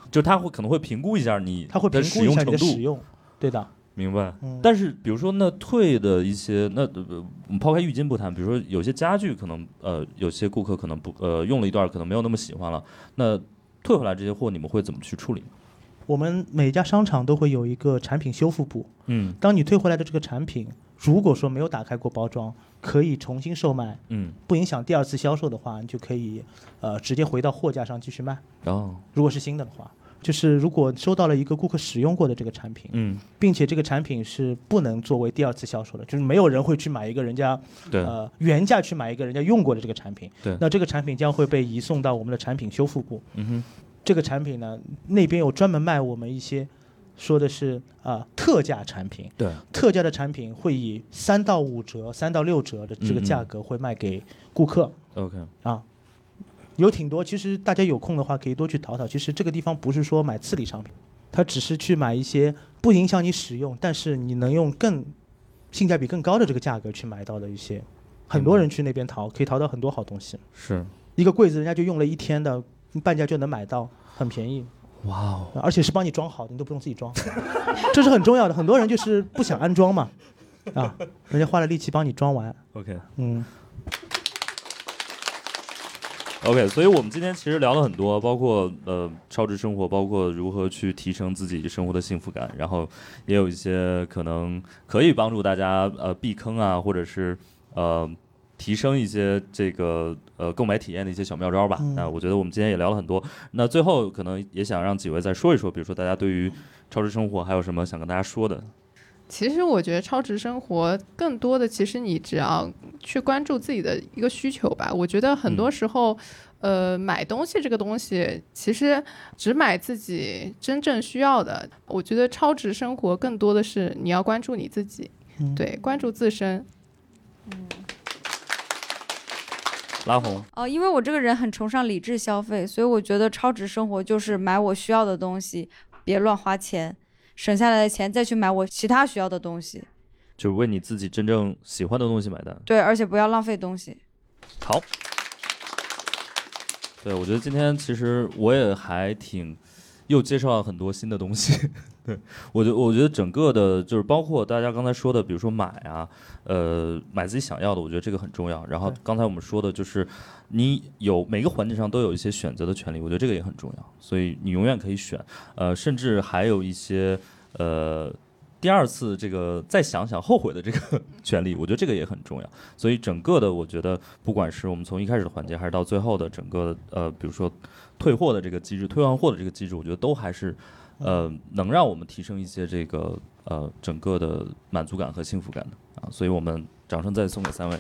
[SPEAKER 1] 就他会可能会评估一下你
[SPEAKER 4] 它会
[SPEAKER 1] 的
[SPEAKER 4] 评估
[SPEAKER 1] 使
[SPEAKER 4] 一
[SPEAKER 1] 用
[SPEAKER 4] 下你
[SPEAKER 1] 程
[SPEAKER 4] 的
[SPEAKER 1] 度
[SPEAKER 4] 使，用。对的，
[SPEAKER 1] 明白
[SPEAKER 4] 嗯？
[SPEAKER 1] 但是比如说那退的一些，那呃我们抛开浴巾不谈，比如说有些家具可能呃有些顾客可能不呃用了一段可能没有那么喜欢了，那退回来这些货你们会怎么去处理？
[SPEAKER 4] 我们每家商场都会有一个产品修复部，
[SPEAKER 1] 嗯
[SPEAKER 4] 当你退回来的这个产品，如果说没有打开过包装，可以重新售卖，
[SPEAKER 1] 嗯，
[SPEAKER 4] 不影响第二次销售的话，你就可以呃直接回到货架上继续卖。
[SPEAKER 1] 然后
[SPEAKER 4] 如果是新的的话，就是如果收到了一个顾客使用过的这个产品，
[SPEAKER 1] 嗯
[SPEAKER 4] 并且这个产品是不能作为第二次销售的，就是没有人会去买一个人家
[SPEAKER 1] 对
[SPEAKER 4] 呃原价去买一个人家用过的这个产品。
[SPEAKER 1] 对
[SPEAKER 4] 那这个产品将会被移送到我们的产品修复部。
[SPEAKER 1] 嗯哼
[SPEAKER 4] 这个产品呢，那边有专门卖我们一些。说的是啊、呃特价产品，
[SPEAKER 1] 对
[SPEAKER 4] 特价的产品会以三到五折、三到六折的这个
[SPEAKER 1] 嗯嗯
[SPEAKER 4] 价格会卖给顾客。
[SPEAKER 1] OK
[SPEAKER 4] 啊，有挺多。其实大家有空的话可以多去淘淘。其实这个地方不是说买次礼商品，它只是去买一些不影响你使用，但是你能用更性价比更高的这个价格去买到的一些。很多人去那边淘，可以淘到很多好东西。
[SPEAKER 1] 是
[SPEAKER 4] 一个柜子人家就用了一天的，半价就能买到，很便宜，
[SPEAKER 1] 哇哦。
[SPEAKER 4] 而且是帮你装好的，你都不用自己装，这是很重要的。很多人就是不想安装嘛，啊，人家花了力气帮你装完，
[SPEAKER 1] OK
[SPEAKER 4] 嗯。
[SPEAKER 1] OK，所以我们今天其实聊了很多，包括呃超值生活，包括如何去提升自己生活的幸福感，然后也有一些可能可以帮助大家呃避坑啊，或者是呃提升一些这个呃购买体验的一些小妙招吧。
[SPEAKER 4] 嗯
[SPEAKER 1] 那我觉得我们今天也聊了很多，那最后可能也想让几位再说一说，比如说大家对于超值生活还有什么想跟大家说的？
[SPEAKER 2] 其实我觉得超值生活更多的，其实你只要去关注自己的一个需求吧。我觉得很多时候，
[SPEAKER 4] 嗯
[SPEAKER 2] 呃，买东西这个东西，其实只买自己真正需要的。我觉得超值生活更多的是你要关注你自己，
[SPEAKER 4] 嗯
[SPEAKER 2] 对，关注自身。
[SPEAKER 1] 拉红，
[SPEAKER 3] 哦，因为我这个人很崇尚理智消费，所以我觉得超值生活就是买我需要的东西，别乱花钱，省下来的钱再去买我其他需要的东西。
[SPEAKER 1] 就为你自己真正喜欢的东西买单。
[SPEAKER 3] 对，而且不要浪费东西。
[SPEAKER 1] 好，对我觉得今天其实我也还挺又介绍了很多新的东西。 对我觉得我觉得整个的就是包括大家刚才说的，比如说买啊，呃，买自己想要的，我觉得这个很重要。然后
[SPEAKER 4] 对
[SPEAKER 1] 刚才我们说的就是你有每个环节上都有一些选择的权利，我觉得这个也很重要。所以你永远可以选，呃，甚至还有一些呃。第二次这个再想想后悔的这个 权利，我觉得这个也很重要。所以整个的，我觉得不管是我们从一开始的环节，还是到最后的整个呃，比如说退货的这个机制、退换货的这个机制，我觉得都还是呃能让我们提升一些这个呃整个的满足感和幸福感的啊。所以我们掌声再送给三位。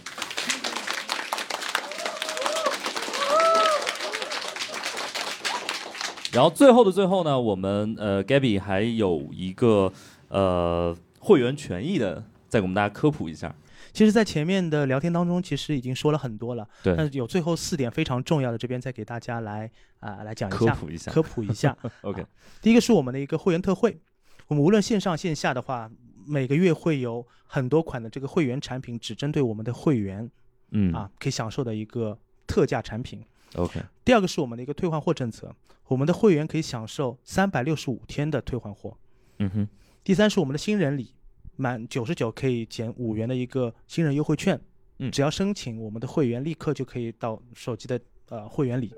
[SPEAKER 1] 然后最后的最后呢，我们呃，Gabby 还有一个呃会员权益的，再给我们大家科普一下。
[SPEAKER 4] 其实，在前面的聊天当中，其实已经说了很多了。
[SPEAKER 1] 对
[SPEAKER 4] 但是有最后四点非常重要的，这边再给大家来啊、来讲一
[SPEAKER 1] 科
[SPEAKER 4] 下，
[SPEAKER 1] 普一下
[SPEAKER 4] 科普 一下。
[SPEAKER 1] OK，
[SPEAKER 4] 第一个是我们的一个会员特惠，我们无论线上线下的话，每个月会有很多款的这个会员产品，只针对我们的会员
[SPEAKER 1] 嗯
[SPEAKER 4] 啊可以享受的一个特价产品。
[SPEAKER 1] ，OK，
[SPEAKER 4] 第二个是我们的一个退换货政策，我们的会员可以享受三百六十五天的退换货。
[SPEAKER 1] 嗯哼，
[SPEAKER 4] 第三是我们的新人礼，满九十九可以减五元的一个新人优惠券，
[SPEAKER 1] 嗯
[SPEAKER 4] 只要申请我们的会员，立刻就可以到手机的呃会员礼。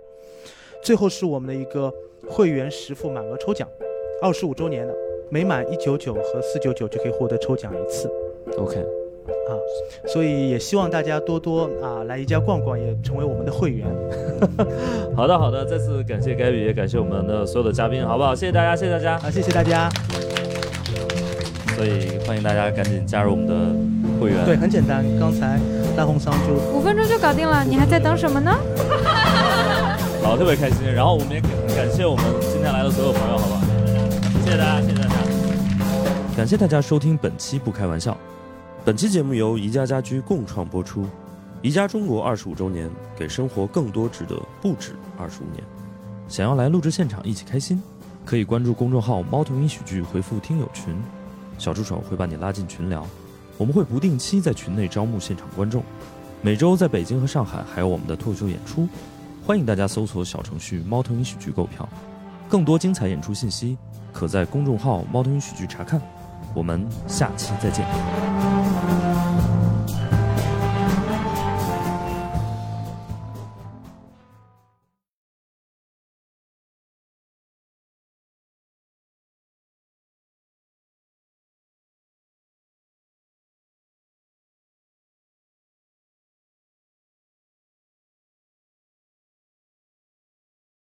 [SPEAKER 4] 最后是我们的一个会员实付满额抽奖，二十五周年的，每满一九九和四九九就可以获得抽奖一次，
[SPEAKER 1] ，OK，
[SPEAKER 4] 所以也希望大家多多啊来宜家逛逛，也成为我们的会员。
[SPEAKER 1] 好的好的，再次感谢 Gabby，也感谢我们的所有的嘉宾，好不好？谢谢大家，谢谢大家。
[SPEAKER 4] 啊，谢谢大家。
[SPEAKER 1] 所以欢迎大家赶紧加入我们的会员。
[SPEAKER 4] 对，，很简单，刚才大红桑就
[SPEAKER 3] 五分钟就搞定了，你还在等什么呢？
[SPEAKER 1] 好，特别开心。然后我们也感感谢我们今天来的所有朋友，好不好？谢谢大家，谢谢大家。
[SPEAKER 5] 感谢大家收听本期《不开玩笑》。本期节目由宜家家居共创播出。宜家中国二十五周年，给生活更多值得，不止二十五年。想要来录制现场一起开心，可以关注公众号“猫头鹰喜剧”，回复“听友群”，小助手会把你拉进群聊。我们会不定期在群内招募现场观众，每周在北京和上海还有我们的脱口秀演出，欢迎大家搜索小程序“猫头鹰喜剧”购票。更多精彩演出信息，可在公众号“猫头鹰喜剧”查看。我们下期再见。